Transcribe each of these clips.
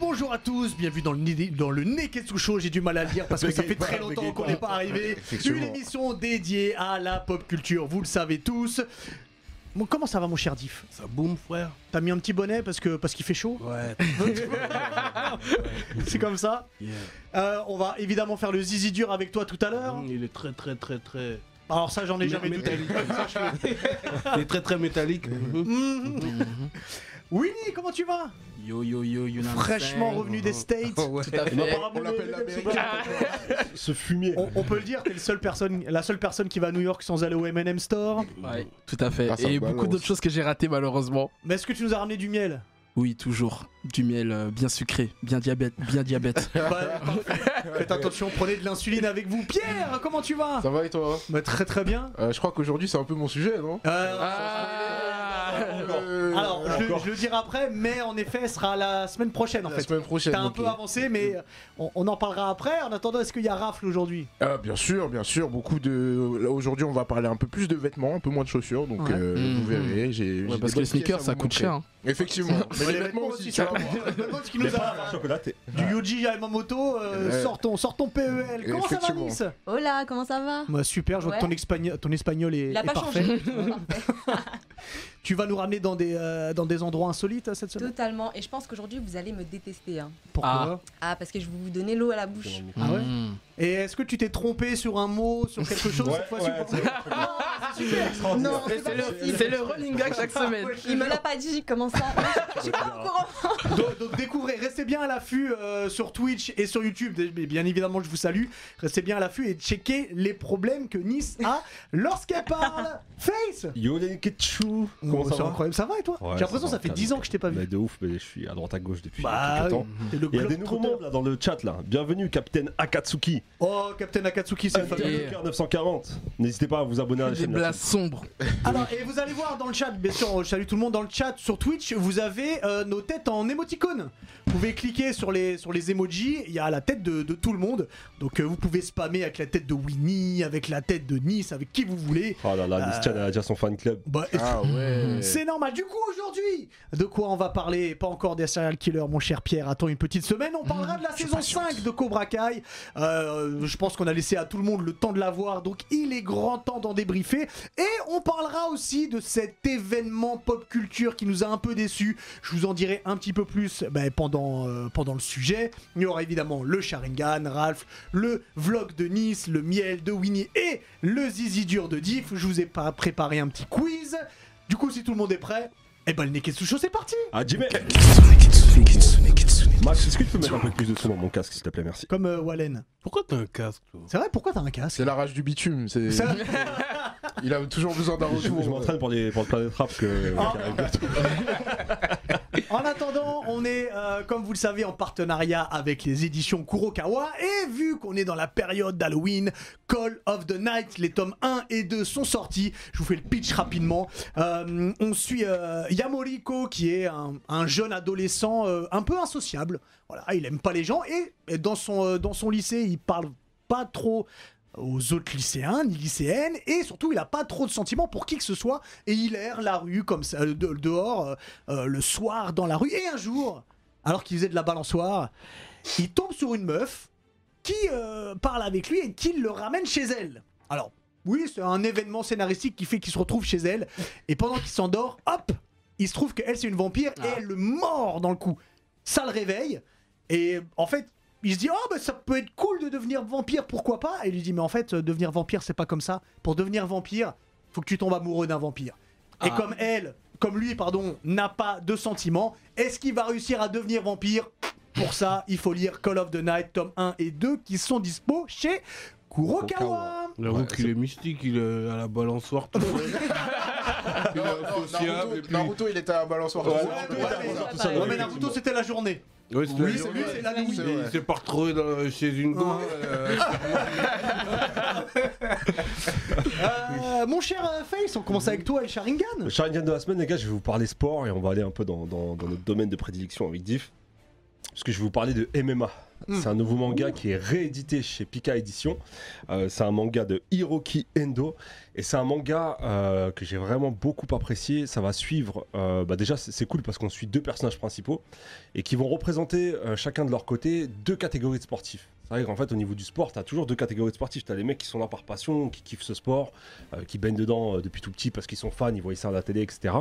Bonjour à tous, bienvenue dans le, Nidé- dans le Neketsu Show. J'ai du mal à le dire parce que ça fait très longtemps qu'on n'est pas arrivé. Une émission dédiée à la pop culture, vous le savez tous. Bon, comment ça va, mon cher Diff Ça boum, frère. T'as mis un petit bonnet parce que parce qu'il fait chaud Ouais. C'est comme ça. Euh, on va évidemment faire le zizi dur avec toi tout à l'heure. Mmh, Il est très, très, très, très. Alors ça, Mm-hmm. j'en ai jamais douté. métallique. Il est très, très métallique. Mmh. Mhm. Mm-hmm. Winnie, comment tu vas Yo, yo, yo, you know what I'm Fraîchement saying. revenu des States. Oh, On l'appelle l'Américain. Ce fumier. On, on peut le dire, t'es le seul personne, la seule personne qui va à New York sans aller au M&M Store. Ouais, tout à fait. Ah, ça et balance. beaucoup d'autres choses que j'ai ratées malheureusement. Mais est-ce que tu nous as ramené du miel Oui, toujours. Du miel euh, bien sucré, bien diabète, bien diabète. Bah, parfait. Faites attention, prenez de l'insuline avec vous. Pierre, comment tu vas Ça va et toi hein? Bah, Très très bien. Euh, Je crois qu'aujourd'hui c'est un peu mon sujet, non Euh, Euh, Alors, je, je le dirai après, mais en effet, ce sera la semaine prochaine en la fait. semaine prochaine. T'as un ok. peu avancé, mais on, on en parlera après. En attendant, est-ce qu'il y a rafle aujourd'hui Ah, bien sûr, bien sûr, beaucoup de. Là aujourd'hui, on va parler un peu plus de vêtements, un peu moins de chaussures, donc Ouais. euh, Mhm. vous verrez. J'ai, Ouais, j'ai parce des bonnes que les sneakers, pièces à ça vous coûte montrer. cher. hein. Effectivement. Mais les vêtements aussi, ça va. Demande ce qu'il nous a. Du Yoji Yamamoto, euh, Ouais. sortons, sortons PEL. Comment ça va, Effectivement. Nice Hola, comment ça va Bah, Super, je vois que ton, Ouais. espagno- ton espagnol est, Il a est pas parfait. changé. Parfait. Tu vas nous ramener dans des, euh, dans des endroits insolites euh, cette semaine Totalement. Et je pense qu'aujourd'hui, vous allez me détester. hein. Pourquoi Ah, parce que je vais vous donner l'eau à la bouche. Ah ouais Mmh. Et est-ce que tu t'es trompé sur un mot, sur quelque chose cette fois-ci ou pas Oh, Non, Mais c'est pas C'est le, possible. c'est le running gag chaque semaine. Il me l'a pas dit, comment ça Je suis pas au courant. donc, donc découvrez, restez bien à l'affût euh, sur Twitch et sur YouTube. Dé- mais Bien évidemment, je vous salue. Restez bien à l'affût et checkez les problèmes que Nice a lorsqu'elle parle. Face Yo Ketchou Oh, c'est incroyable. Ça va et toi Ouais, J'ai l'impression que ça ça va, fait calme. 10 ans que je t'ai pas vu. Mais de ouf, mais je suis à droite à gauche depuis Bah, quelques temps. t'es le Il y a globe des nouveaux trotteur. membres là dans le chat là. Bienvenue Capitaine Akatsuki, Oh, Captain Akatsuki, Ah, c'est Captain. fabuleux. Et- Undertaker 940. N'hésitez pas à vous abonner à la Des chaîne. blagues sombres. Alors, Ah et vous allez voir dans le chat, bien sûr, je salue tout le monde dans le chat. Sur Twitch, vous avez euh, nos têtes en émoticône. Vous pouvez cliquer sur les, sur les emojis, il y a la tête de, de tout le monde. Donc, euh, vous pouvez spammer avec la tête de Winnie, avec la tête de Nice, avec qui vous voulez. Oh là là, Euh, Nistian a déjà son fan club. Bah, et- Ah ouais. c'est normal. Du coup, aujourd'hui, de quoi on va parler Pas encore des serial killers, mon cher Pierre. Attends une petite semaine. On parlera de la saison 5 de Cobra Kai. Euh, je pense qu'on a laissé à tout le monde le temps de la voir. Donc, il est grand temps d'en débriefer. Et on parlera aussi de cet événement pop culture qui nous a un peu déçus. Je vous en dirai un petit peu plus ben, pendant, euh, pendant le sujet. Il y aura évidemment le Sharingan, Ralph, le vlog de Nice, le miel de Winnie et le zizi dur de Diff. Je vous ai pas préparé un petit quiz. Du coup, si tout le monde est prêt, eh ben le Neketsu Show, c'est parti Ah Jimmy Max, est-ce que tu peux mettre un peu plus de son dans mon casque s'il te plaît, merci. Comme euh, Wallen. Pourquoi t'as un casque, toi C'est vrai, pourquoi t'as un casque C'est la rage du bitume. C'est... Ça- Il a toujours besoin d'un Je, retour. je m'entraîne pour, les, pour le Planet Rap que. Ah, En attendant, on est, euh, comme vous le savez, en partenariat avec les éditions Kurokawa. Et vu qu'on est dans la période d'Halloween, Call of the Night, les tomes 1 et 2 sont sortis. Je vous fais le pitch rapidement. Euh, on suit euh, Yamoriko, qui est un, un jeune adolescent euh, un peu insociable. Voilà, il aime pas les gens. Et dans son, euh, dans son lycée, il parle pas trop aux autres lycéens ni lycéennes et surtout il a pas trop de sentiments pour qui que ce soit et il erre la rue comme ça euh, de- dehors euh, euh, le soir dans la rue et un jour alors qu'il faisait de la balançoire il tombe sur une meuf qui euh, parle avec lui et qui le ramène chez elle alors oui c'est un événement scénaristique qui fait qu'il se retrouve chez elle et pendant qu'il s'endort hop il se trouve qu'elle c'est une vampire et elle le mord dans le cou ça le réveille et en fait, il se dit Oh, bah ça peut être cool de devenir vampire, pourquoi pas Et il lui dit Mais en fait, euh, devenir vampire, c'est pas comme ça. Pour devenir vampire, faut que tu tombes amoureux d'un vampire. Et Ah. comme elle, comme lui, pardon, n'a pas de sentiments, est-ce qu'il va réussir à devenir vampire Pour ça, il faut lire Call of the Night, tome 1 et 2, qui sont dispo chez Kurokawa. Kurokawa. J'avoue Ouais, qu'il est mystique, il est à la balançoire. tout. il Non, est non, associable. Naruto, et puis... Naruto, il était à balançoire. Ouais, Ouais, Naruto, ouais, il était à ouais. Balançoire. Ouais, mais Naruto, c'était la journée. Ouais, c'est Oui, la- c'est lui, c'est la Il- nuit. Ouais. Il s'est pas retrouvé dans- chez une go. euh, Euh, mon cher euh, Face, on commence avec toi et le Sharingan. Le Sharingan de la semaine, les gars, je vais vous parler sport et on va aller un peu dans, dans- dans notre domaine de prédilection avec Diff. Parce que je vais vous parler de MMA. C'est un nouveau manga qui est réédité chez Pika Édition. Euh, c'est un manga de Hiroki Endo. Et c'est un manga euh, que j'ai vraiment beaucoup apprécié. Ça va suivre. euh, bah déjà, c'est c'est cool parce qu'on suit deux personnages principaux et qui vont représenter euh, chacun de leur côté deux catégories de sportifs. C'est vrai qu'en fait, au niveau du sport, t'as toujours deux catégories de sportifs. T'as les mecs qui sont là par passion, qui kiffent ce sport, euh, qui baignent dedans euh, depuis tout petit parce qu'ils sont fans, ils voient ça à la télé, etc.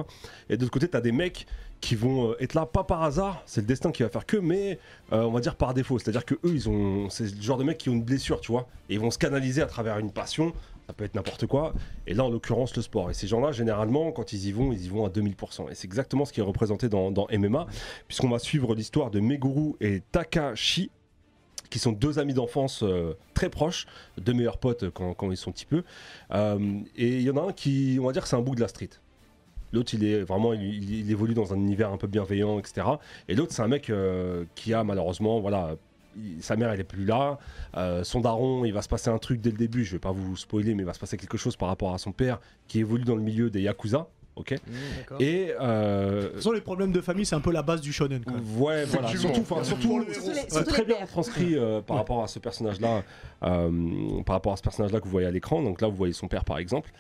Et de l'autre côté, t'as des mecs qui vont euh, être là pas par hasard, c'est le destin qui va faire que, mais euh, on va dire par défaut. C'est-à-dire que eux, ils ont, c'est le genre de mecs qui ont une blessure, tu vois, et ils vont se canaliser à travers une passion. Ça peut être n'importe quoi. Et là, en l'occurrence, le sport. Et ces gens-là, généralement, quand ils y vont, ils y vont à 2000%. Et c'est exactement ce qui est représenté dans, dans MMA, puisqu'on va suivre l'histoire de Meguru et Takashi, qui sont deux amis d'enfance euh, très proches, deux meilleurs potes euh, quand, quand ils sont petit peu. Euh, et il y en a un qui, on va dire, c'est un bouc de la street. L'autre, il est vraiment, il, il- il évolue dans un univers un peu bienveillant, etc. Et l'autre, c'est un mec euh, qui a malheureusement, voilà, il- sa mère, elle est plus là. Euh, son daron, il va se passer un truc dès le début. Je vais pas vous spoiler, mais il va se passer quelque chose par rapport à son père qui évolue dans le milieu des yakuza, ok. Et... De Et euh, toute façon, les problèmes de famille, c'est un peu la base du shonen. Quoi. ouais, voilà. Effectivement. Surtout, enfin, surtout, Pour le Surtout héros. les, Ouais, surtout très les bien pères. transcrit euh, par rapport à ce personnage-là, euh, par rapport à ce personnage-là que vous voyez à l'écran. Donc là, vous voyez son père, par exemple.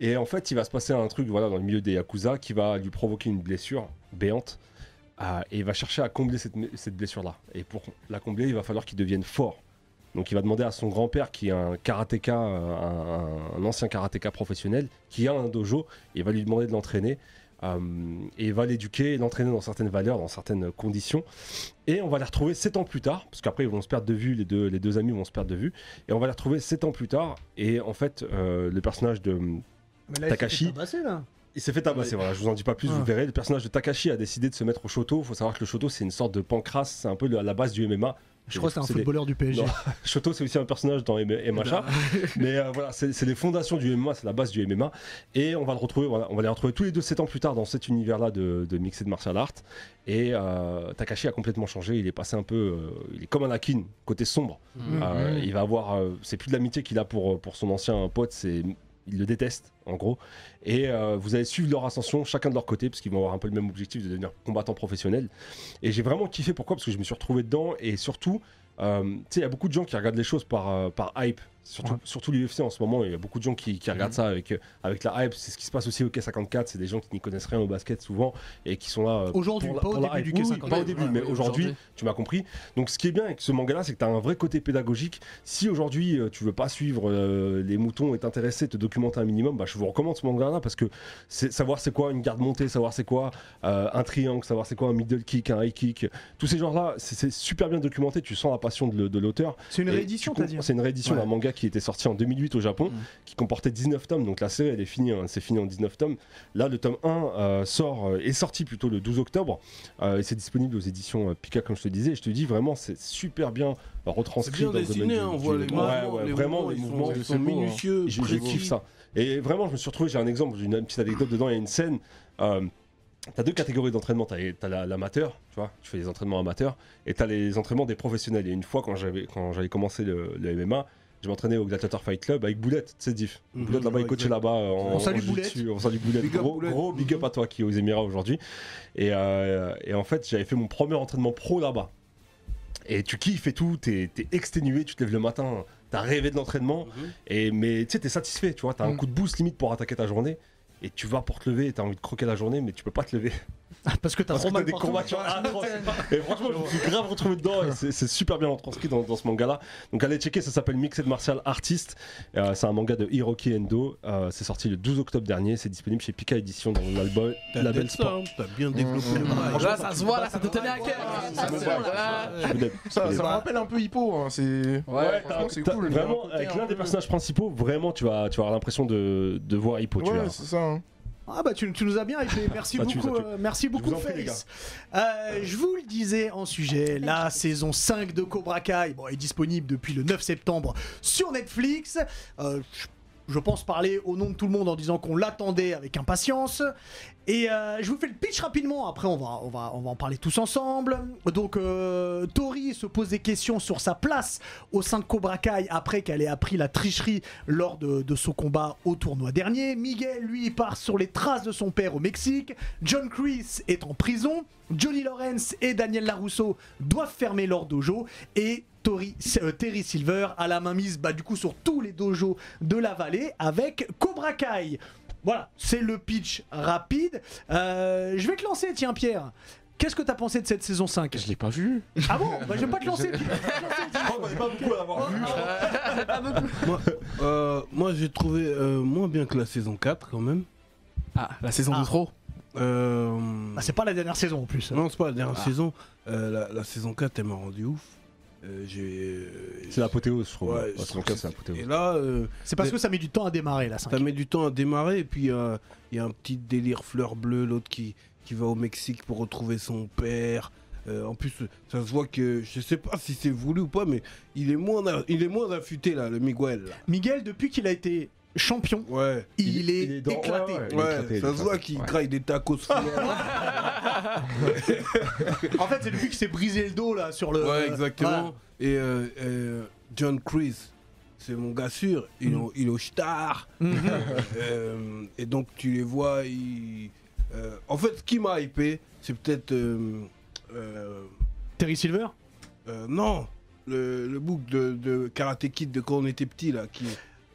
Et en fait, il va se passer un truc, voilà, dans le milieu des yakuza, qui va lui provoquer une blessure béante. Euh, et il va chercher à combler cette, cette blessure-là. Et pour la combler, il va falloir qu'il devienne fort. Donc il va demander à son grand-père, qui est un karatéka, euh, un, un ancien karatéka professionnel, qui a un dojo, et il va lui demander de l'entraîner. euh, et il va l'éduquer, et l'entraîner dans certaines valeurs, dans certaines conditions. Et on va les retrouver 7 ans plus tard, parce qu'après ils vont se perdre de vue, les deux, les deux amis vont se perdre de vue. Et on va les retrouver 7 ans plus tard. Et en fait, euh, le personnage de... Mais là, Takashi. il s'est fait tabasser, là. Il s'est fait tabasser, voilà, je vous en dis pas plus, Ah. vous verrez. Le personnage de Takashi a décidé de se mettre au Shoto. Faut savoir que le Shoto, c'est une sorte de pancras, c'est un peu le- la base du MMA. Je crois que c'est un des- footballeur du PSG. Non. Shoto, c'est aussi un personnage dans M- MHA. Mais euh, voilà, c'est c'est les fondations du MMA, c'est la base du MMA. Et on va le retrouver, voilà, on va les retrouver tous les deux 7 ans plus tard dans cet univers-là de, de Mixed Martial Art. Et euh, Takashi a complètement changé, il est passé un peu, euh, il est comme Anakin, côté sombre. Mhm. Euh, il va avoir, euh, c'est plus de l'amitié qu'il a pour, euh, pour son ancien pote, c'est il le déteste en gros. Et euh, vous allez suivre leur ascension, chacun de leur côté, parce qu'ils vont avoir un peu le même objectif de devenir combattant professionnel. Et j'ai vraiment kiffé pourquoi, parce que je me suis retrouvé dedans, et surtout, euh, tu sais, il y a beaucoup de gens qui regardent les choses par, euh, par hype, surtout, surtout l'UFC en ce moment, il y a beaucoup de gens qui, qui regardent ça avec, euh, avec la hype, c'est ce qui se passe aussi au K54, c'est des gens qui n'y connaissent rien au basket souvent, et qui sont là... euh, Aujourd'hui, pour la- pas pour au la début du hype. Oui, oui, K50. pas au début, mais aujourd'hui, tu m'as compris. Donc ce qui est bien avec ce manga-là, c'est que tu as un vrai côté pédagogique. Si aujourd'hui euh, tu veux pas suivre euh, les moutons et t'intéresser, te documenter un minimum, bah, je vous recommande ce manga-là parce que c'est- savoir c'est quoi une garde montée, savoir c'est quoi euh, un triangle, savoir c'est quoi un middle kick, un high kick, tous ces genres-là, c'est c'est super bien documenté. Tu sens la passion de, le- de l'auteur. C'est une Et réédition, tu t'as comprends- dit. hein. C'est une réédition Ouais. d'un manga qui était sorti en 2008 au Japon, Mm. qui comportait 19 tomes. Donc la série, elle est finie, hein, c'est fini en 19 tomes. Là, le tome 1 euh, sort, euh, est sorti plutôt le 12 octobre. euh, et c'est disponible aux éditions euh, Pika, comme je te disais. Et je te dis vraiment, c'est super bien euh, C'est retranscrit. bien dans le domaine dessiné, du- hein, on du- voit les ouais, mouvements. ouais, les vraiment, les ils sont- mouvements. ils sont hein. minutieux, Je, je précis. kiffe ça. Et vraiment, je me suis retrouvé, j'ai un exemple, j'ai une une petite anecdote dedans, il y a une scène. euh, T'as deux catégories d'entraînement, t'as t'as la- l'amateur, tu vois, tu fais des entraînements amateurs, et t'as les entraînements des professionnels. Et une fois, quand j'avais quand j'avais commencé le, le MMA, je m'entraînais au Gladiator Fight Club avec Boulette, tu sais, Diff. Mhm, Boulette là-bas, il ouais, coachait là-bas. euh, en- On salue en jiu-jitsu, On salue Boulette. Big up, gros, Boulette. gros big up à toi qui est aux Émirats aujourd'hui. Et, euh, et en fait, j'avais fait mon premier entraînement pro là-bas. Et tu kiffes et tout, t'es t'es exténué, tu te lèves le matin, t'as rêvé de l'entraînement. Mhm. Mm. Et mais tu sais, t'es satisfait, tu vois, t'as un coup de boost limite pour attaquer ta journée. Et tu vas pour te lever, et t'as envie de croquer la journée, mais tu peux pas te lever. Parce que t'as Parce trop que t'as mal Ah, des partout. combats qui sont atroces. Et franchement, je me suis grave retrouvé dedans, et c'est c'est super bien retranscrit dans, dans ce manga-là. Donc allez checker, ça s'appelle Mixed Martial Artist. Euh, c'est un manga de Hiroki Endo. Euh, c'est sorti le 12 octobre dernier, c'est disponible chez Pika Edition dans l'album T'as Label bien ça, Sport. Mmh, hein, T'as bien développé le Mhm. travail. Là, ça se voit, là, ça te tenait à cœur. Ah, Ouais, Ça ouais, se ouais. voit, Ah. là. Je vous Ça, donne- je vous ça me donne- rappelle un peu Hippo. Hein. C'est. Ouais, franchement, t'as- c'est t'as- cool, il y a un vraiment, côté hein. avec un l'un peu- des personnages principaux, vraiment, tu vas, tu vas avoir l'impression de, de voir Hippo. tu Ouais, verras. c'est ça. hein. Ah bah tu, tu nous as bien aidé, merci Ça tue, beaucoup, ça tue. euh, merci beaucoup vous en prie, les Face. Euh, je vous le disais en sujet, la saison 5 de Cobra Kai bon, est disponible depuis le 9 septembre sur Netflix. Euh, je je pense, parler au nom de tout le monde en disant qu'on l'attendait avec impatience. Et euh, je vous fais le pitch rapidement, après on va, on va, on va en parler tous ensemble. Donc euh, Tori se pose des questions sur sa place au sein de Cobra Kai après qu'elle ait appris la tricherie lors de, de son combat au tournoi dernier. Miguel, lui, part sur les traces de son père au Mexique. John Chris est en prison. Johnny Lawrence et Daniel Larousseau doivent fermer leur dojo. Et Tori- euh, Terry Silver a la main mise bah, du coup sur tous les dojos de la vallée avec Cobra Kai. Voilà, c'est le pitch rapide. Euh, je vais te lancer, tiens Pierre. Qu'est-ce que t'as pensé de cette saison 5 Je l'ai pas vu. Ah bon bah, Je vais pas te lancer. Pierre. Je vais te lancer, tiens. Oh, bah, pas beaucoup à l'avoir vu. Euh, moi, j'ai trouvé euh, moins bien que la saison 4, quand même. Ah, la saison Ah. de trop. Euh, Ah, c'est pas la dernière saison en plus. non, c'est pas la dernière Ah. saison. Euh, la, la saison 4, elle m'a rendu ouf. Euh, j'ai. C'est l'apothéose, je trouve. Ouais, Ouais, je c'est trouve en cas, que c'est Et l'apothéose. là, euh, C'est parce Mais- que ça met du temps à démarrer la 5. Ça met du temps à démarrer et puis euh, il y a un petit délire fleur bleue, l'autre qui, qui va au Mexique pour retrouver son père. Euh, en plus, ça se voit que je sais pas si c'est voulu ou pas, mais il est moins, a- il est moins affûté là, le Miguel. là. Miguel, depuis qu'il a été champion, Ouais. il, Il- est, il est dans- éclaté. ouais, ouais. Il est Ouais, éclaté, il est ça se éclaté. voit qu'il Ouais. graille des tacos. ouais, En fait, c'est depuis qu'il s'est brisé le dos là sur le. exactement. Euh, Voilà. Et euh, euh, John Chris, c'est mon gars sûr. Mm. Il, est au- il est au star. Mhm. Euh, et donc tu les vois, ils- euh, en fait ce qui m'a hypé, c'est peut-être... euh, euh, Terry Silver euh, non, le, le book de, de Karate Kid de quand on était petit là, qui...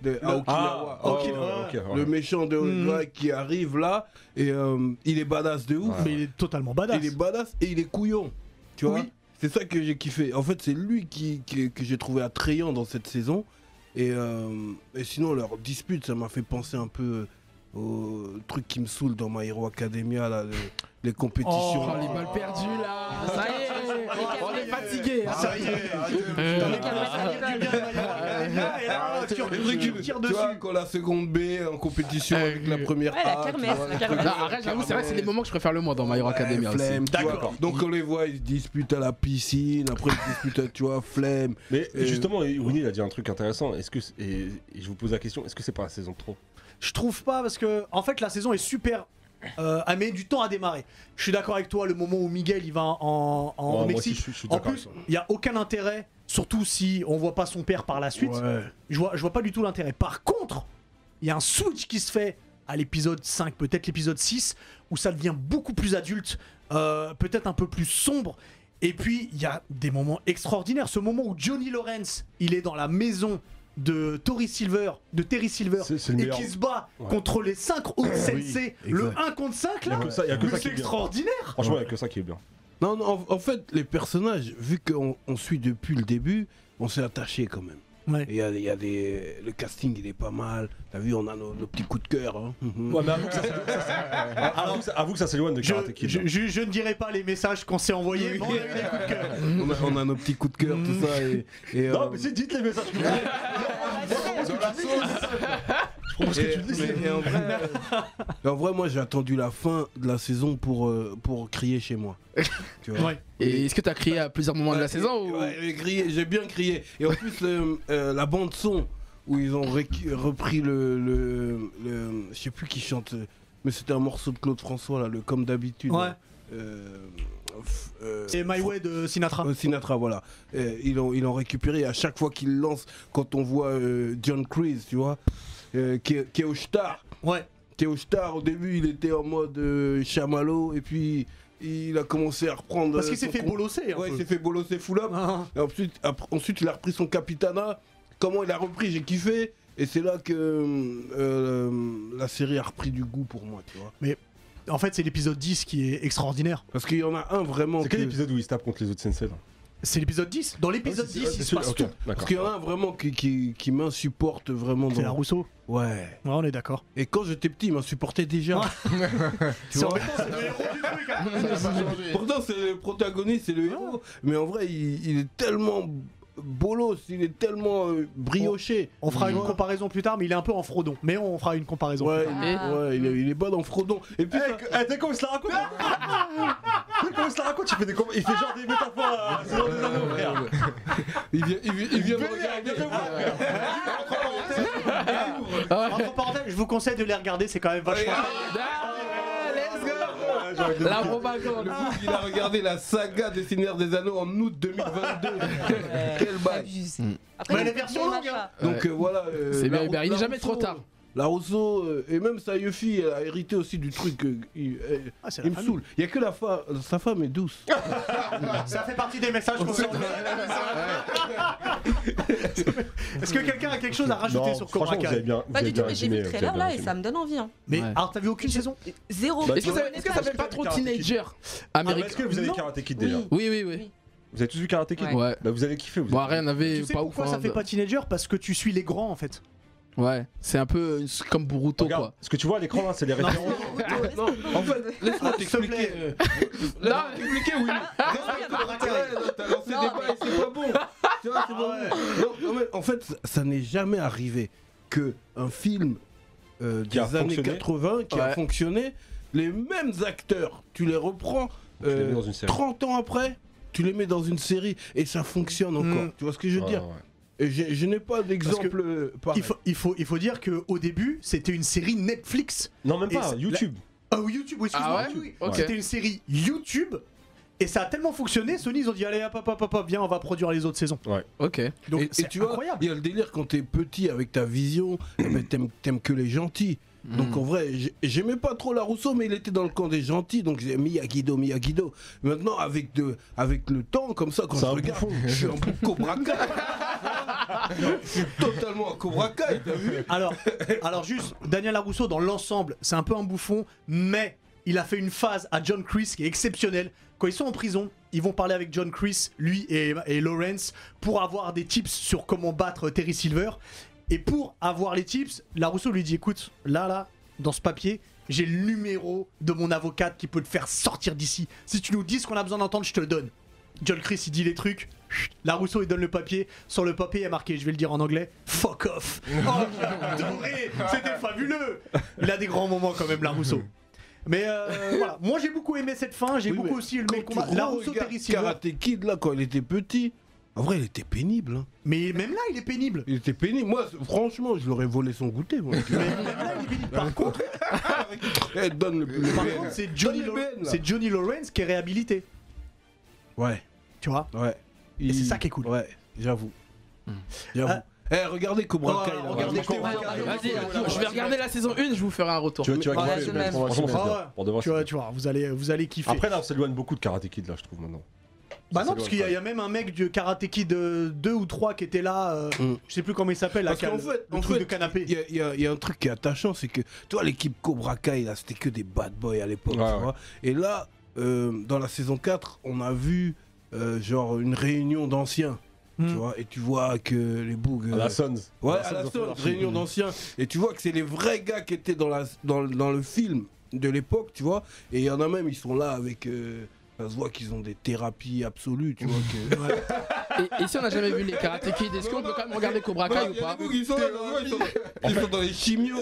De, à Okinawa. Ah, ouais, Okinawa. ouais, ok, ouais. Le méchant de Mhm. Okinawa qui arrive là, et euh, il est badass de ouf. Ouais. Mais il est totalement badass. Il est badass et il est couillon. Tu vois Oui. C'est ça que j'ai kiffé. En fait, c'est lui qui, qui- que j'ai trouvé attrayant dans cette saison. Et, euh, et sinon, leur dispute, ça m'a fait penser un peu au truc qui me saoule dans My Hero Academia, là, les, les compétitions. Oh, les balles perdues là Ça y est Ah, On ça y est est. fatigué hein. Ça y est, Euh, les camarades à l'école. Et là, tu- tu tires Tu dessus. vois, quand la seconde B en compétition Euh, avec la première Ouais, la A, tu kermesse, vois, la les kermesse. trucs- Non, arrête, j'avoue, c'est vrai, c'est les moments que je préfère le moins dans My Hero Ouais, Academia. aussi. flemme, tu D'accord. vois. Donc on les voit, ils se disputent à la piscine, après ils se disputent, à- tu vois, flemme. Mais Euh, Et- justement, Rooney il a dit un truc intéressant. Est-ce que c'est- et, et je vous pose la question, est-ce que c'est pas la saison de trop Je trouve pas parce que en fait la saison est super. Euh, elle met du temps à démarrer. Je suis d'accord avec toi, le moment où Miguel il va en, en- Ouais, au moi aussi, Mexique. je suis- je suis en d'accord plus, avec toi. il y a aucun intérêt, surtout si on voit pas son père par la suite. Ouais. Je vois, je vois pas du tout l'intérêt. Par contre, il y a un switch qui se fait à l'épisode 5, peut-être l'épisode 6, où ça devient beaucoup plus adulte, euh, peut-être un peu plus sombre. Et puis, il y a des moments extraordinaires. Ce moment où Johnny Lawrence, il est dans la maison de Tori Silver, de Terry Silver, C'est- c'est le et meilleur. qui se bat Ouais. contre les 5 autres sensei. le exact. 1 contre 5, Il y a là, que ça, il y a que mais ça qui c'est est bien. extraordinaire. Franchement, il y a que ça qui est bien. Non, non, en, en fait, les personnages, vu qu'on on suit depuis le début, on s'est attaché quand même. Ouais. Il y a, il y a des. Le casting, il est pas mal. T'as vu, on a nos, nos petits coups de cœur. hein. Mhm. Ouais, mais avoue que ça, avoue que ça- avoue que ça s'éloigne de Je, Karate Kid. je- hein. je- je ne dirai pas les messages qu'on s'est envoyés, mais on a eu des coups de cœur. on, a, on a nos petits coups de cœur, tout ça. Et, et, euh, Non, mais si, dites les messages que vous voulez. Je comprends ce que et- tu dis. mais- et en, vrai, euh, en vrai, moi, j'ai attendu la fin de la saison pour, euh, pour crier chez moi. Tu vois Ouais. Et est-ce que t'as crié à plusieurs moments de la Ouais, saison et- ou ouais, j'ai crié, j'ai bien crié. Et en plus, le- euh, la bande son où ils ont récu- repris le, le, le- je sais plus qui chante, euh, mais c'était un morceau de Claude François là, le comme d'habitude. Ouais. là. Euh, f- euh, C'est My Way de Sinatra. euh, Sinatra, voilà. Euh, ils l'ont ils l'ont récupéré à chaque fois qu'ils lancent. Quand on voit euh, John Creese, tu vois, euh, qui, est, qui est au star, Ouais. qui est au star. Au début, il était en mode euh, chamallow, et puis il a commencé à reprendre. Parce euh, qu'il s'est son fait com- bolosser. un Ouais, peu. il s'est fait bolosser full up. Ah. Et ensuite, après- ensuite, il a repris son capitana. Comment il a repris, j'ai kiffé. Et c'est là que euh, la série a repris du goût pour moi, tu vois. En fait, c'est l'épisode 10 qui est extraordinaire. Parce qu'il y en a un vraiment. C'est que- quel épisode où il se tape contre les autres sensei là C'est l'épisode 10 Dans l'épisode Ah, c'est- 10, c'est il se celui- passe ok, tout. Parce D'accord. qu'il y en a un vraiment qui, qui, qui m'insupporte vraiment C'est la dans. Rousseau Ouais. Ouais, on est d'accord. Et quand j'étais petit, il m'insupportait déjà. tu vois c'est le héros du truc. hein. Pourtant, c'est le protagoniste, c'est le héros. Mais en vrai, il, il est tellement bolos, il est tellement euh, brioché. On fera Tu une vois comparaison plus tard, mais il est un peu en Frodon. Mais on fera une comparaison. Ouais, plus ah. tard. il est, ouais, il est, il est bas dans Frodon. Et puis, ça- Eh, t'es comment il se la raconte T'es comment il se la raconte Il fait, des com- il fait genre des métaphores là, c'est genre des anneaux, frère. il Euh, vient, il vient- il vient de Bénère, regarder. viens te voir, frère. Ah ouais. conseille de les regarder, c'est quand même vachement. let's go La propagande. Ah, Il a regardé la saga des Seigneurs des Anneaux en août 2022. Quel bail Abuse. Hmm. Après, Mais il y a la version des longue, machins. Donc euh, voilà. euh, C'est bien, la- Hubert, il la n'est jamais Rousseau- trop tard. La Rousseau euh, et même sa Yuffie, elle a hérité aussi du truc. euh, il euh, Ah, c'est la il me famille. saoule. Il y a que la femme. Sa femme est douce. Ça fait partie des messages qu'on s'est envoyés. Est-ce que quelqu'un a quelque chose à rajouter Non, sur Cobra franchement, vous avez Kai bien. vous Pas avez du tout, bien mais j'ai vu le résumé, trailer vous avez là bien et ça me donne envie. hein. Mais Ouais. alors, t'as vu aucune saison Zéro. Bah, Est-ce que ça Zéro est-ce que ça fait pas trop Karate Kid. teenager résumé. Ah, mais américain Est-ce que vous avez Non. Karate Kid déjà Oui. Oui, oui, oui. Vous avez tous vu Karate Kid Ouais. Ouais. Bah, vous avez kiffé. Vous Bon, avez- rien n'avait Tu sais pas ouf. pourquoi hein, ça fait de- pas teenager Parce que tu suis les grands en fait. Ouais, c'est un peu euh, c'est comme Boruto Regarde, quoi. ce que tu vois à l'écran là, c'est des références. non, en fait, laisse-moi t'expliquer. plaît. euh, Laisse-moi t'expliquer, oui. Ouais, non, T'as lancé des Non, bails, c'est pas bon. Tu vois, c'est pas bon. Ah Non, non, mais en fait, ça- ça n'est jamais arrivé que un film euh, Qui a des années fonctionné. 80 qui a Ouais. fonctionné, les mêmes acteurs, tu les reprends Tu les mets euh, dans une série. 30 ans après, tu les mets dans une série et ça fonctionne encore. Mm. Tu vois ce que Ah. je veux dire Et j'ai- je n'ai pas d'exemple euh, pareil. Il faut, il, faut, il faut dire qu'au début, c'était une série Netflix. Non, même Et pas, c'est- YouTube. Ah, ou YouTube, oui, excuse-moi. Ah ouais oui, oui. Ok. C'était une série YouTube. Et ça a tellement fonctionné, Sony, ils ont dit allez, hop, hop, hop, hop, hop, viens, on va produire les autres saisons. Ok. Donc, et, et c'est tu vois, incroyable. il y a le délire quand t'es petit avec ta vision, eh ben, t'aimes t'aimes que les gentils. Donc en vrai, j'ai- j'aimais pas trop la Rousseau, mais il était dans le camp des gentils, donc j'ai mis à Guido, mis à Guido. Maintenant, avec, de, avec le temps, comme ça, quand C'est je un regarde, bouffon. je suis un peu Cobra Kai. je suis totalement un Cobra Kai, t'as vu Alors, alors juste, Daniel Larousseau, dans l'ensemble, c'est un peu un bouffon, mais il a fait une phase à John Chris qui est exceptionnelle. Quand ils sont en prison, ils vont parler avec John Chris, lui et, et Lawrence, pour avoir des tips sur comment battre Terry Silver. Et pour avoir les tips, Larousseau lui dit écoute, là, là, dans ce papier, j'ai le numéro de mon avocate qui peut te faire sortir d'ici. Si tu nous dis ce qu'on a besoin d'entendre, je te le donne. John Chris, il dit les trucs. Chut, Larousseau, il donne le papier. Sur le papier, il y a marqué, je vais le dire en anglais, fuck off. Oh, j'ai adoré. C'était fabuleux. Il a des grands moments quand même, Larousseau. Mais euh, voilà, moi j'ai beaucoup aimé cette fin, j'ai Oui, beaucoup mais aussi aimé Quand le tu combat. Larousseau, regardes Terry Silver. Karate Kid, là, quand il était petit, en vrai, il était pénible. hein. Mais même là, il est pénible. Il était pénible. Moi, franchement, je l'aurais volé son goûter. Moi. Mais même là, il est Bah, pénible. Par contre, Eh, donne le, le par BN. contre, c'est Johnny, Law- Donne le BN, Ben, là. c'est Johnny Lawrence qui est réhabilité. Ouais. Tu vois Ouais. Et c'est ça qui est cool. Ouais, j'avoue. J'avoue. Ah. Eh, regardez Cobra Oh, Kai. là. regardez Franchement, Cobra regardez. Kai. Vas-y, je vais regarder la saison 1, je vous ferai un retour. Tu vois, tu vas Ouais, kiffer, je mais m'aime. franchement, c'est Ah bien. ouais. Pour de vrai, Tu c'est vois, bien. tu vois, vous allez, vous allez kiffer. Après, là, on s'éloigne beaucoup de Karate Kid, là, je trouve maintenant. bah ça non, parce s'éloigne qu'il y, a- pas. il y a même un mec du Karate Kid 2 ou 3 qui était là. euh, Mm. Je sais plus comment il s'appelle. là, Parce qui a qu'en le- fait- le en truc fait, de canapé. Il y, a- il y a- il y a un truc qui est attachant, c'est que, tu vois, l'équipe Cobra Kai, là, c'était que des bad boys à l'époque, Ouais, tu ouais. vois. Et là, euh, dans la saison 4, on a vu, euh, genre, une réunion d'anciens, tu Mm. vois. Et tu vois que les bougs... À euh, la Sons. Ouais, À à la la Sons seule of Anarchy. réunion d'anciens. Et tu vois que c'est les vrais gars qui étaient dans, la, dans, dans le film de l'époque, tu vois. Et il y en a même, ils sont là avec. euh, ça se voit qu'ils ont des thérapies absolues, tu vois. Que... Et, et si on n'a jamais vu les Karate Kid, est-ce qu'on peut quand même regarder Bah, Cobra Kai ou pas ils sont, dans les chimios.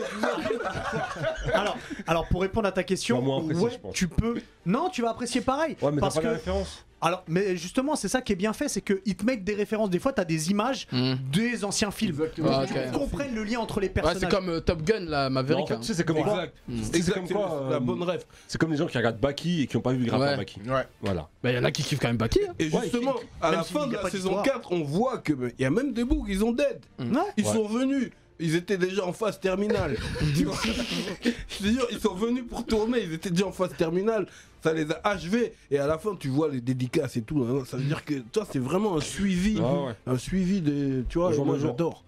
alors, alors, pour répondre à ta question, Tu vas moins apprécier, ouais, je pense. tu peux. Non, tu vas apprécier pareil. Ouais, mais t'as parce pas que la référence. Alors, mais justement, c'est ça qui est bien fait, c'est qu'ils te mettent des références. Des fois, t'as des images Hmm. des anciens films. Ah, Pour que ok. tu comprennes le lien entre les Ouais, personnages. c'est comme euh, Top Gun là, Non, Maverick. en fait, hein. tu sais, c'est comme quoi Exact. Mm. C'est Exact, comme c'est quoi, le- euh, la bonne rêve. C'est comme les gens qui regardent Baki et qui n'ont pas vu Grappin Ouais. Baki. Ouais. Voilà. Bah, il y en a qui kiffent quand même Baki. hein. Et Ouais, justement, qui- à même la s'il fin y de a la pas saison d'histoire. 4, on voit que ben, il y a même des boucs, ils ont dead. Mm. Ouais. Ils Hein Ouais. sont venus. Ils étaient déjà en phase terminale. Tu vois Je te jure, ils sont venus pour tourner. Ils étaient déjà en phase terminale. Ça les a achevés. Et à la fin, tu vois les dédicaces et tout. hein. Ça veut dire que toi, c'est vraiment un suivi. Ah ouais. Un suivi de. Tu vois, Au jour moi, le jour. j'adore.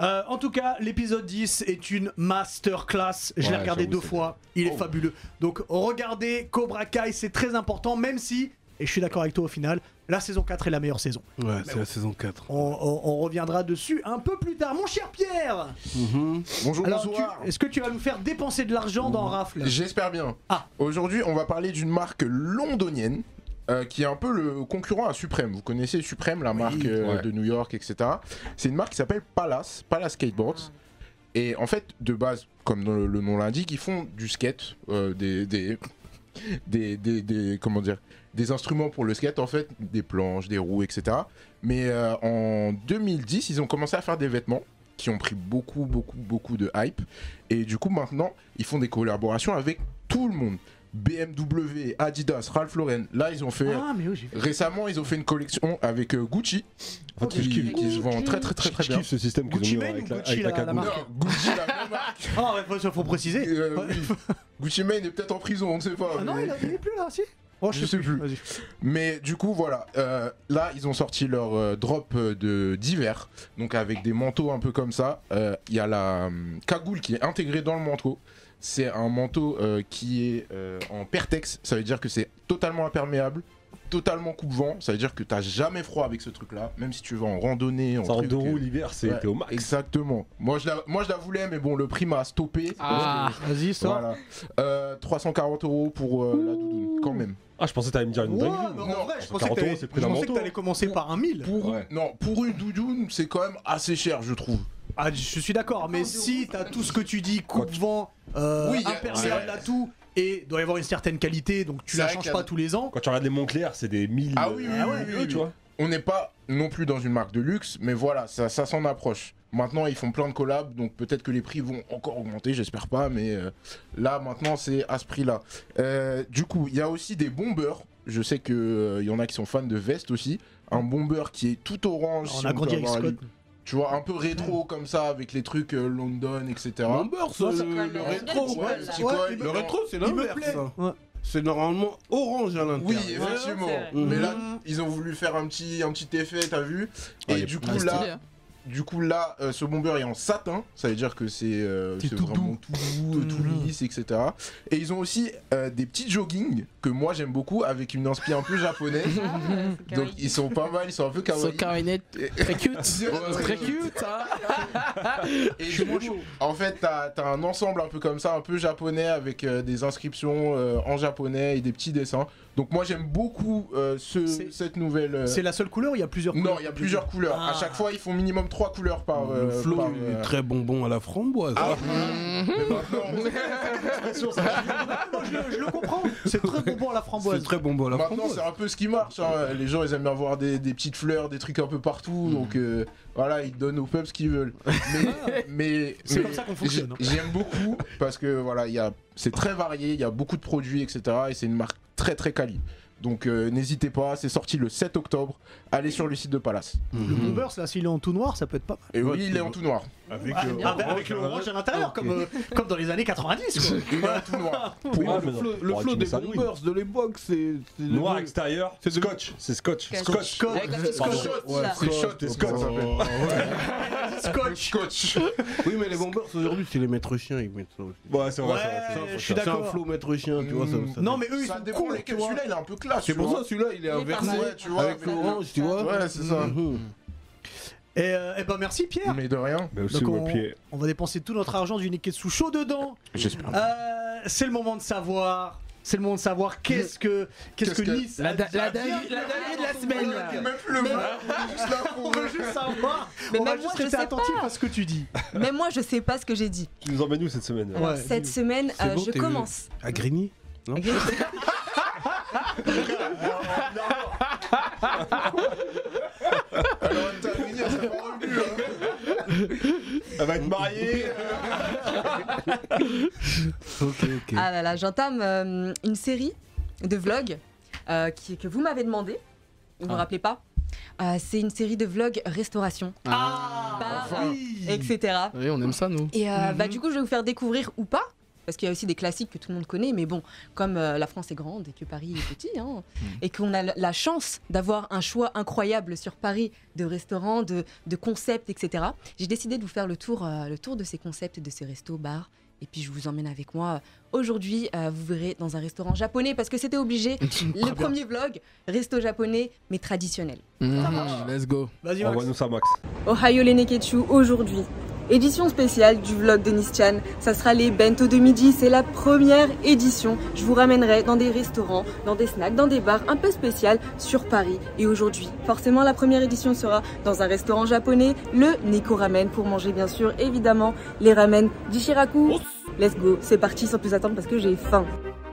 Euh, en tout cas, l'épisode 10 est une masterclass. Je l'ai Ouais, regardé j'avoue, deux c'est fois. Il est Oh. fabuleux. Donc, regardez Cobra Kai, c'est très important, même si, et je suis d'accord avec toi au final, la saison 4 est la meilleure saison. Ouais, c'est la saison 4. On, on- on reviendra dessus un peu plus tard. Mon cher Pierre, Mm-hmm. Bonjour, alors, bonsoir. tu- est-ce que tu vas nous faire dépenser de l'argent dans Rafle J'espère bien. Ah. Aujourd'hui, on va parler d'une marque londonienne. euh, qui est un peu le concurrent à Supreme. Vous connaissez Supreme, la marque euh, ouais. de New York, etc. C'est une marque qui s'appelle Palace, Palace Skateboards. Et en fait, de base, comme dans le, le nom l'indique, ils font du skate, euh, des, des, des, des- des- comment dire, des instruments pour le skate, en fait, des planches, des roues, etc. Mais euh, en 2010, ils ont commencé à faire des vêtements qui ont pris beaucoup, beaucoup, beaucoup de hype. Et du coup, maintenant, ils font des collaborations avec tout le monde. BMW, Adidas, Ralph Lauren. Là, ils ont fait. Ah, mais oui, j'ai vu. Récemment, ils ont fait une collection avec euh, Gucci En fait, qui, je kiffe. qui se vend très, très, très, très Je bien. kiffe ce système qu'ils Oh, Gucci ont mis Mane avec ou la, Gucci, avec la la- la cagoule. marque Non, Gucci, la même marque. Ah, ouais, faut, faut préciser. Euh, Ouais. oui. Gucci Mane est peut-être en prison, on ne sait pas. Ah non, mais- il, a- il est plus là, si Oh, Je sais plus. Vas-y. Mais du coup, voilà. euh, là, ils ont sorti leur euh, drop euh, de d'hiver. Donc, avec des manteaux un peu comme ça. Euh, Il y a la hum, cagoule qui est intégrée dans le manteau. C'est un manteau euh, qui est euh, en pertex. Ça veut dire que c'est totalement imperméable, totalement coupe-vent. Ça veut dire que t'as jamais froid avec ce truc-là. Même si tu vas en randonnée, en Ça en truc, deux roues euh, l'hiver, c'est ouais, t'es au max. Exactement. Moi je, la, moi, je la voulais, mais bon, le prix m'a stoppé. Ah, Vas-y, sors. Voilà. Euh, 340 euros pour euh, la doudoune, quand même. Ah, je pensais que t'allais me dire une Ouais, dinguerie. mais en vrai, je pensais 40 que euros, t'allais- c'est je pris d'un pensais que manteau. hein. t'allais commencer par un 1000. Pour non, pour une doudoune, c'est quand même assez cher, je trouve. Ah, je suis d'accord, mais si t'as tout ce que tu dis, coupe-vent, euh, Oui, y a- imperméable ouais. à tout, et doit y avoir une certaine qualité, donc tu C'est la vrai changes qu'il y a- pas tous les ans. Quand tu regardes les Montclair, c'est des 1000. Ah oui, oui, euh, oui, oui, oui. tu vois. On n'est pas non plus dans une marque de luxe, mais voilà, ça, ça s'en approche. Maintenant, ils font plein de collabs, donc peut-être que les prix vont encore augmenter, j'espère pas, mais euh, là, maintenant, c'est à ce prix-là. Euh, du coup, il y a aussi des bombers. Je sais qu'il y en a qui sont fans de vestes aussi. Un bomber qui est tout orange. Alors, si on a peut grandi avec avoir Scott. l'idée. Tu vois, un peu rétro comme ça, avec les trucs euh, London, etc. Mon beurre, ça, Non, ça- euh, le, le Ouais, rétro. Ouais, le le petit petit col, col, il Le rétro, c'est Il me l'inverse. plaît. ça. Ouais. C'est normalement orange à l'intérieur. Oui, effectivement. Ouais, c'est vrai. Mais là, Mhm. ils ont voulu faire un petit, un petit effet, t'as vu Ouais, il Et est du coup, ah, stylé, là, hein. du coup, là, euh, ce bomber est en satin. Ça veut dire que c'est euh, C'est c'est tout vraiment doux. tout doux, euh, tout Mhm. lisse, etc. Et ils ont aussi euh, des petits joggings que moi j'aime beaucoup avec une inspi un peu japonaise. Ah, c'est Donc carré. ils sont pas mal, ils sont un peu So kawaii. Karinette, très cute. Très cute, hein. Et du coup, en fait, t'as t'as un ensemble un peu comme ça, un peu japonais, avec euh, des inscriptions euh, en japonais et des petits dessins. Donc moi j'aime beaucoup euh, ce- C'est- cette nouvelle. euh, C'est la seule couleur, ou il y a plusieurs couleurs. Non, il y a plusieurs couleurs. Ah. À chaque fois, ils font minimum trois couleurs par. Le euh, flow par, il euh, est très bonbon à la framboise. Ah, Mhm. mais maintenant, Moi, Ah, je, je le comprends. C'est très bon pour la c'est framboise. très bonbon à la maintenant, framboise. c'est un peu ce qui marche. hein. Les gens, ils aiment bien voir des, des petites fleurs, des trucs un peu partout. Donc euh, voilà, ils donnent aux peuples ce qu'ils veulent. Mais, mais- C'est mais comme ça qu'on fonctionne, hein. j'ai- J'aime beaucoup parce que voilà, il y a, c'est très varié, il y a beaucoup de produits, etc. Et c'est une marque très très quali. Donc euh, n'hésitez pas, c'est sorti le 7 octobre. Allez sur le site de Palace. Mhm. Le Bombers, là, s'il est en tout noir, ça peut être pas mal. Et oui, il est en tout noir. Avec, Ah, euh, ah, bah, avec le orange à Ah, l'intérieur, comme, euh, comme dans les années 90. Quoi. Il est en tout noir. Oui, Ah, le mais non. flow, le Oh, flow tu mets des ça, oui. bombers de l'époque, c'est. c'est le- Noir extérieur, C'est de- scotch, c'est scotch. Scotch. Scotch. Scotch, Avec la petite Pardon. scotch, Ouais, là. C'est shot, Des c'est scotch. scotch. Coach. Oui, mais les bombers aujourd'hui, c'est les maîtres chiens, ils mettent ça aussi. Ouais, c'est vrai, Ouais, c'est vrai, c'est vrai. je suis c'est vrai. C'est un d'accord. flow maître chien, tu vois. ça- ça- Non, mais eux, ils ça sont dépend cool. lesquels. Celui-là, il est un peu classe. C'est tu pour vois. ça, celui-là, il est est pas inversé. mal. Ouais, tu vois. avec mais- l'orange, tu vois. Ouais, c'est ça. Mhm. Et, euh, eh ben, merci, Pierre. Mais de rien. Mais aussi Donc au on, pied. on va dépenser tout notre argent du Niketsu chaud dedans. J'espère. Ah, Euh, c'est le moment de savoir. C'est le moment de savoir qu'est-ce que qu'est-ce Qu'est-ce que que- Nice La a da- dit à la Pierre. dinguerie la dinguerie de la semaine. là. Même plus le mot. Juste là pour- On veut juste savoir. Mais on va même juste moi, je rester sais attentif à ce que tu dis. Même moi, je sais pas ce que j'ai dit. Tu nous emmènes où cette semaine Ouais. Alors, cette dis-nous. semaine, C'est euh, bon, je t'es- commence. À Grigny Alors, t'as fini, ça va revenir, hein. Elle va être mariée. Ok, ok. Ah là là, j'entame euh, une série de vlogs euh, qui, que vous m'avez demandé. Vous ne vous rappelez pas Euh, C'est une série de vlogs restauration, Ah, Bah, oui. etc. Oui, on aime ça, nous. Et euh, bah, du coup, je vais vous faire découvrir ou pas. Parce qu'il y a aussi des classiques que tout le monde connaît, mais bon, comme euh, la France est grande et que Paris est petit, hein, et qu'on a la- la chance d'avoir un choix incroyable sur Paris de restaurants, de, de concepts, etc., j'ai décidé de vous faire le tour, euh, le tour de ces concepts, de ces restos, bars, et puis je vous emmène avec moi. Aujourd'hui, euh, vous verrez dans un restaurant japonais, parce que c'était obligé, le premier vlog, resto japonais, mais traditionnel. Mhm, Let's go. Vas-y, Max. Envoie-nous ça, Max. Ohio les Neketsu aujourd'hui. Édition spéciale du vlog de Nischan. Ça sera les bento de midi. C'est la première édition. Je vous ramènerai dans des restaurants, dans des snacks, dans des bars un peu spéciales sur Paris. Et aujourd'hui, forcément, la première édition sera dans un restaurant japonais, le Neko Ramen, pour manger bien sûr, évidemment, les ramen d'Ishiraku. Let's go. C'est parti sans plus attendre parce que j'ai faim.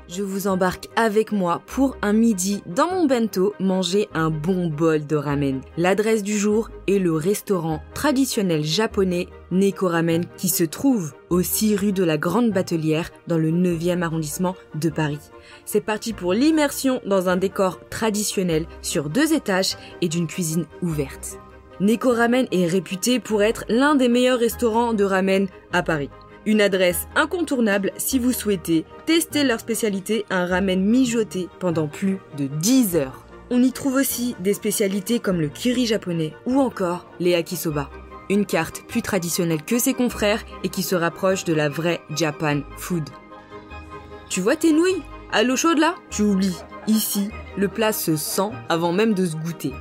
Je vous embarque avec moi pour un midi dans mon bento manger un bon bol de ramen. L'adresse du jour est le restaurant traditionnel japonais Neko Ramen qui se trouve au 6 rue de la Grande Batelière dans le 9e arrondissement de Paris. C'est parti pour l'immersion dans un décor traditionnel sur deux étages et d'une cuisine ouverte. Neko Ramen est réputé pour être l'un des meilleurs restaurants de ramen à Paris. Une adresse incontournable si vous souhaitez tester leur spécialité, un ramen mijoté pendant plus de 10 heures. On y trouve aussi des spécialités comme le kiri japonais ou encore les yakisoba. Une carte plus traditionnelle que ses confrères et qui se rapproche de la vraie Japan food. Tu vois tes nouilles À l'eau chaude là Tu oublies. Ici, le plat se sent avant même de se goûter.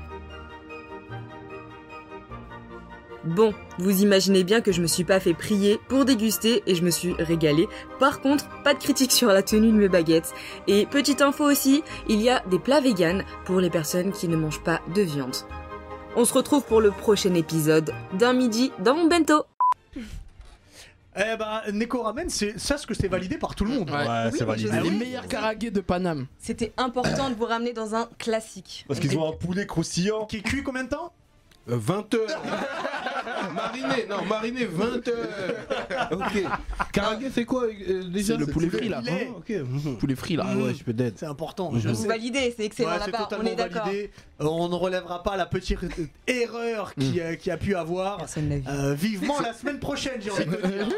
Bon, vous imaginez bien que je me suis pas fait prier pour déguster et je me suis régalée. Par contre, pas de critique sur la tenue de mes baguettes. Et petite info aussi, il y a des plats véganes pour les personnes qui ne mangent pas de viande. On se retrouve pour le prochain épisode d'un midi dans mon bento. Eh ben, Neko Ramen, c'est ça ce que c'est validé par tout le monde. Ouais. Ouais, c'est validé. Les meilleurs karagués de Paname. C'était important de vous ramener dans un classique. Parce qu'ils ont un poulet croustillant. Qui est cuit combien de temps 20h Euh, Mariné, non, mariné 20h Ok. Karagué, c'est quoi euh, déjà C'est le C'est poulet frit là. poulet. Ah, ok. Poulet frit là. Ah ouais, je peux d'être. C'est important, Mhm. je Vous sais. validez, c'est excellent Ouais, c'est là-bas, on totalement est d'accord. validé. Euh, On ne relèvera pas la petite euh, erreur qui, euh, qui a pu avoir. Personne l'a vu. Euh, vivement la semaine prochaine, j'ai envie de te dire.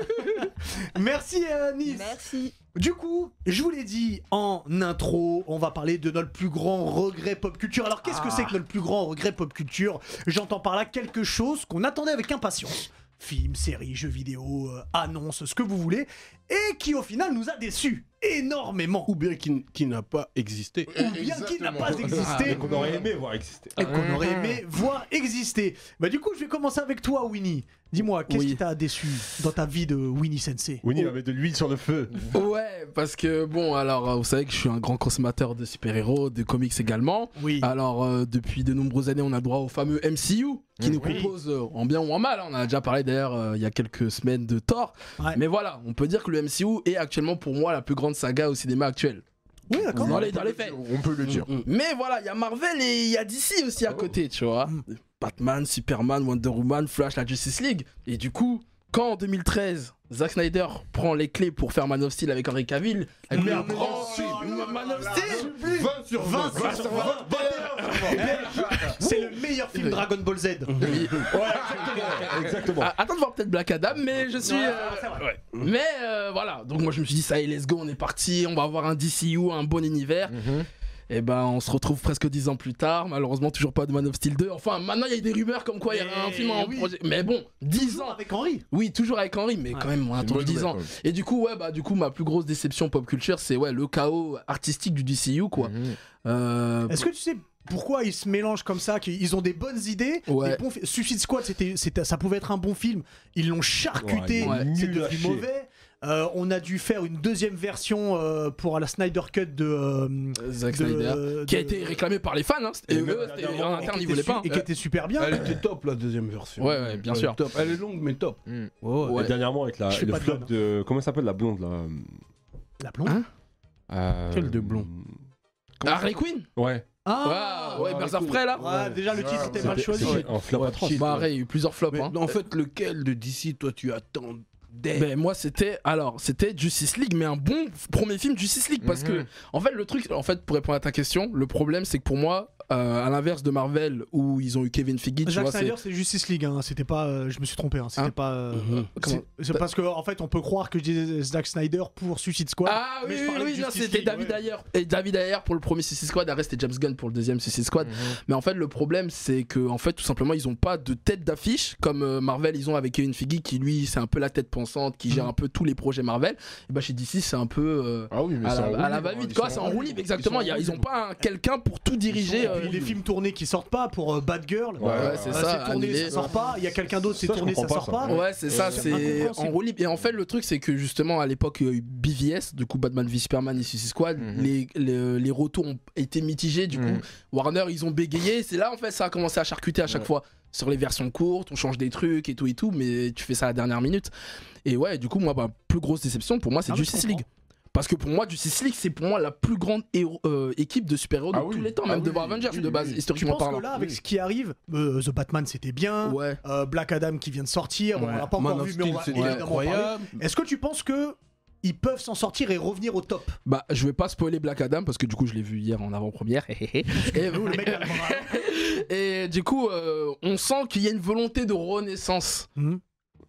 Merci euh, Nice. Merci. Du coup, je vous l'ai dit en intro, on va parler de notre plus grand regret pop culture. Alors, qu'est-ce que c'est que notre plus grand regret pop culture J'entends par là quelque chose qu'on attendait avec impatience. Films, séries, jeux vidéo, euh, annonces, ce que vous voulez, et qui au final nous a déçus énormément. Ou bien qui, n- qui n'a pas existé. Ou bien qui n'a pas existé. Et qu'on aurait aimé voir exister. et qu'on aurait aimé voir exister. Bah du coup, je vais commencer avec toi, Winnie. Dis-moi, qu'est-ce Oui. qui t'a déçu dans ta vie de Winnie Sensei Winnie avait de l'huile sur le feu. Ouais, parce que bon, alors euh, vous savez que je suis un grand consommateur de super-héros, de comics également. Oui. Alors euh, depuis de nombreuses années, on a droit au fameux MCU Mm. qui nous Oui. propose euh, en bien ou en mal. hein, on a déjà parlé d'ailleurs euh, il y a quelques semaines de Thor. Ouais. Mais voilà, on peut dire que le MCU est actuellement pour moi la plus grande saga au cinéma actuel. Oui, d'accord. Dans les, dans les faits. On peut le dire. Mm, mm. Mais voilà, il y a Marvel et il y a DC aussi à côté, tu vois. Oh. Mm. Batman, Superman, Wonder Woman, Flash, la Justice League. Et du coup, quand en 2013, Zack Snyder prend les clés pour faire Man of Steel avec Henry Cavill, avec Mais Oh, un non, grand non, Man of non, Steel, 20 sur 20 sur 20, C'est le meilleur film Dragon Ball Z. Oui. Exactement. Ah, Attends de voir peut-être Black Adam, mais je suis. Ouais, euh, c'est vrai. ouais. Mais euh, voilà, donc moi je me suis dit, ça y est, let's go, on est parti, on va avoir un DCU, un bon univers. Mm-hmm. Et ben on se retrouve presque 10 ans plus tard, malheureusement toujours pas de Man of Steel 2. Enfin, maintenant il y a des rumeurs comme quoi il y a un Eh film en oui. projet. Mais bon, 10 Toujours ans avec Henri. Oui, toujours avec Henry, mais Ouais. quand même, on C'est une attend bonne 10 ans. nouvelle, Et du coup, ouais, bah du coup, ma plus grosse déception pop culture, c'est ouais, le chaos artistique du DCU, quoi. quand même. Mhm. Euh, Est-ce que tu sais pourquoi ils se mélangent comme ça Qu'ils ont des bonnes idées. Ouais. des bons fi- Suicide Squad, c'était, c'était- ça pouvait être un bon film. Ils l'ont charcuté. Ouais, il est c'est nul à devenu chier. mauvais. Euh, on a dû faire une deuxième version euh, pour la Snyder Cut de. euh, Zack de- Snyder. de- Qui a été réclamé par les fans, hein. c'était- Et eux, même c'était- dernièrement, en et interne, qui ils était voulaient su- pas. hein. Et qui était super bien. Elle était top la deuxième version. Ouais, ouais, bien Elle est sûr. Mm. top. Elle est longue mais top. Mhm. Ouais, Ouais. Et dernièrement, avec la, Je fais le pas de flop blague. de. Comment ça s'appelle la blonde là La blonde. Hein euh, Quel de blond Euh, Harley Quinn Ouais. Ah. Ah, Ouais, ouais, Birds of Prey là. Ouais, déjà le titre était C'était- mal choisi. C'était Un flop Ouais, atroce. shit, Bah, ouais. ouais, il y a eu plusieurs flops. Mais hein. En fait, lequel de DC toi tu attendais Ben moi c'était alors c'était Justice League mais un bon f- premier film Justice League parce que Mhm. en fait le truc en fait pour répondre à ta question le problème c'est que pour moi euh, à l'inverse de Marvel où ils ont eu Kevin Feige tu Zack vois c'est Snyder, c'est Justice League. hein, C'était pas. euh, je me suis trompé. hein, C'était Hein pas. euh, Mhm. Comment- c'est- C'est parce que en fait, on peut croire que je disais Zack Snyder pour Suicide Squad. ah Mais oui je oui, parlais de oui, non, Justice c'était League, David ouais. Ayer et David Ayer pour le premier Suicide Squad après c'était James Gunn pour le deuxième Suicide Squad Mhm. mais en fait le problème c'est que en fait tout simplement ils ont pas de tête d'affiche comme euh, Marvel ils ont avec Kevin Feige qui lui c'est un peu la tête pensante qui gère un peu tous les projets Marvel et bah chez DC c'est un peu euh, Ah oui, mais à c'est en la, à roue la libre, hein, va-vite, ils quoi. sont C'est en en roue roue libre, libre. exactement. Il y a- Ils, sont en ont roue pas un- quelqu'un pour tout Et diriger. euh, puis les films tournés qui sortent pas pour euh, Batgirl. Ouais, Euh, ouais, c'est euh, ça, c'est tourné, annulé. ça sort pas. Il y a quelqu'un d'autre, c'est Ça, je tourné, ça comprends sort pas. pas, ça. Ouais, c'est ça, c'est c'est en incompréhensible. roue libre. Et en fait, le truc, c'est que justement, à l'époque, il y a eu BVS, du coup, Batman v Superman et Suicide Squad, Mhm. les, les, les retours ont été mitigés, du coup, Mhm. Warner, ils ont bégayé. C'est là, en fait, ça a commencé à charcuter à chaque fois. Sur les versions courtes, on change des trucs et tout et tout, mais tu fais ça à la dernière minute. Et ouais, du coup, moi, bah, plus grosse déception pour moi, c'est Ah, mais je Justice League. Parce que pour moi, Justice League, c'est pour moi la plus grande héro- euh, équipe de super-héros de Ah oui. tous les temps, Ah même oui, devant oui, Avengers oui, de base, oui. Tu historiquement penses parlant. que là, avec ce qui arrive, euh, The Batman c'était bien, Ouais. euh, Black Adam qui vient de sortir, on Ouais. l'a pas Man encore of vu, mais Steel, on va c'est évidemment en parler. incroyable. Est-ce que tu penses que ils peuvent s'en sortir et revenir au top Bah, je vais pas spoiler Black Adam parce que du coup, je l'ai vu hier en avant-première. et, Le mec a le bras. et du coup, euh, on sent qu'il y a une volonté de renaissance Mhm.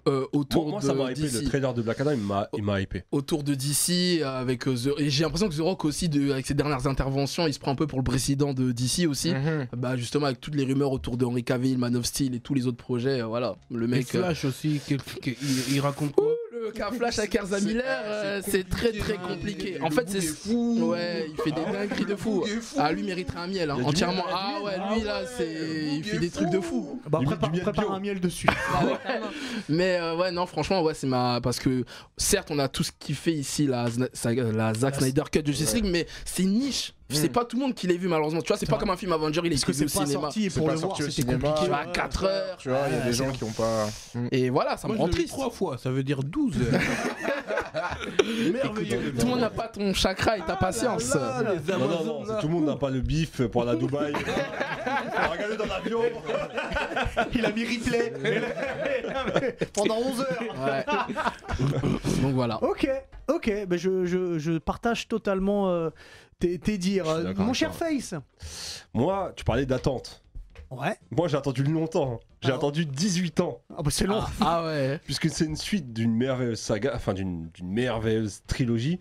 euh, autour Moi, moi, de ça m'a hypé. DC. Le trailer de Black Adam, il m'a- il m'a hypé. autour de DC avec euh, The... et j'ai l'impression que The Rock aussi de... avec ses dernières interventions il se prend un peu pour le président de DC aussi Mhm. bah justement avec toutes les rumeurs autour de Henry Cavill Man of Steel et tous les autres projets euh, voilà le Et mec euh, Flash aussi, quel- quel- il, il raconte quoi le cas Flash avec Erza C'est- Miller euh, euh, c'est c'est très compliqué, très hein, compliqué il- en le fait boug c'est est fou. ouais il fait des dingueries de fou Il est fou. ah lui mériterait un miel hein, Il y a du entièrement miel, ah miel. ouais Ah lui là ouais, le c'est il boug fait est des trucs fou. de fou Bah, Du- prépare, du miel prépare bio. un miel dessus. clairement. Mais euh, ouais, non, franchement, ouais, c'est ma. Parce que certes, on a tout ce qui fait ici la, Zna- sa- la Zack Snyder Cut de Justice League, mais c'est une niche. C'est pas tout le monde qui l'a vu, malheureusement. Tu vois, c'est pas comme un film Avenger, il est Parce que exclusif c'est au pas cinéma. sorti et C'est pour pas le voir, sorti au c'était cinéma. Tu compliqué. vas à 4 heures. Tu vois, il y a des gens qui ont pas. Et voilà, ça me Moi, rend je l'ai vu triste. trois fois, ça veut dire 12 heures. Merveilleux. Tout le monde n'a pas ton chakra et ta patience. Ah, les Non, non, Amazones, non, là. c'est tout le monde n'a pas le bif pour aller à Dubaï. Regarde-le dans l'avion. Il a mis replay pendant 11 heures. Ouais. Donc voilà. Ok, ok, ben je, je, je partage totalement euh, tes, tes dires. Je suis d'accord Mon avec cher toi. Face. Moi, tu parlais d'attente. Ouais. Moi, j'ai attendu longtemps. hein. J'ai Ah. attendu 18 ans. Ah bah c'est long. Ah, ah ouais. puisque c'est une suite d'une merveilleuse saga, enfin d'une d'une merveilleuse trilogie.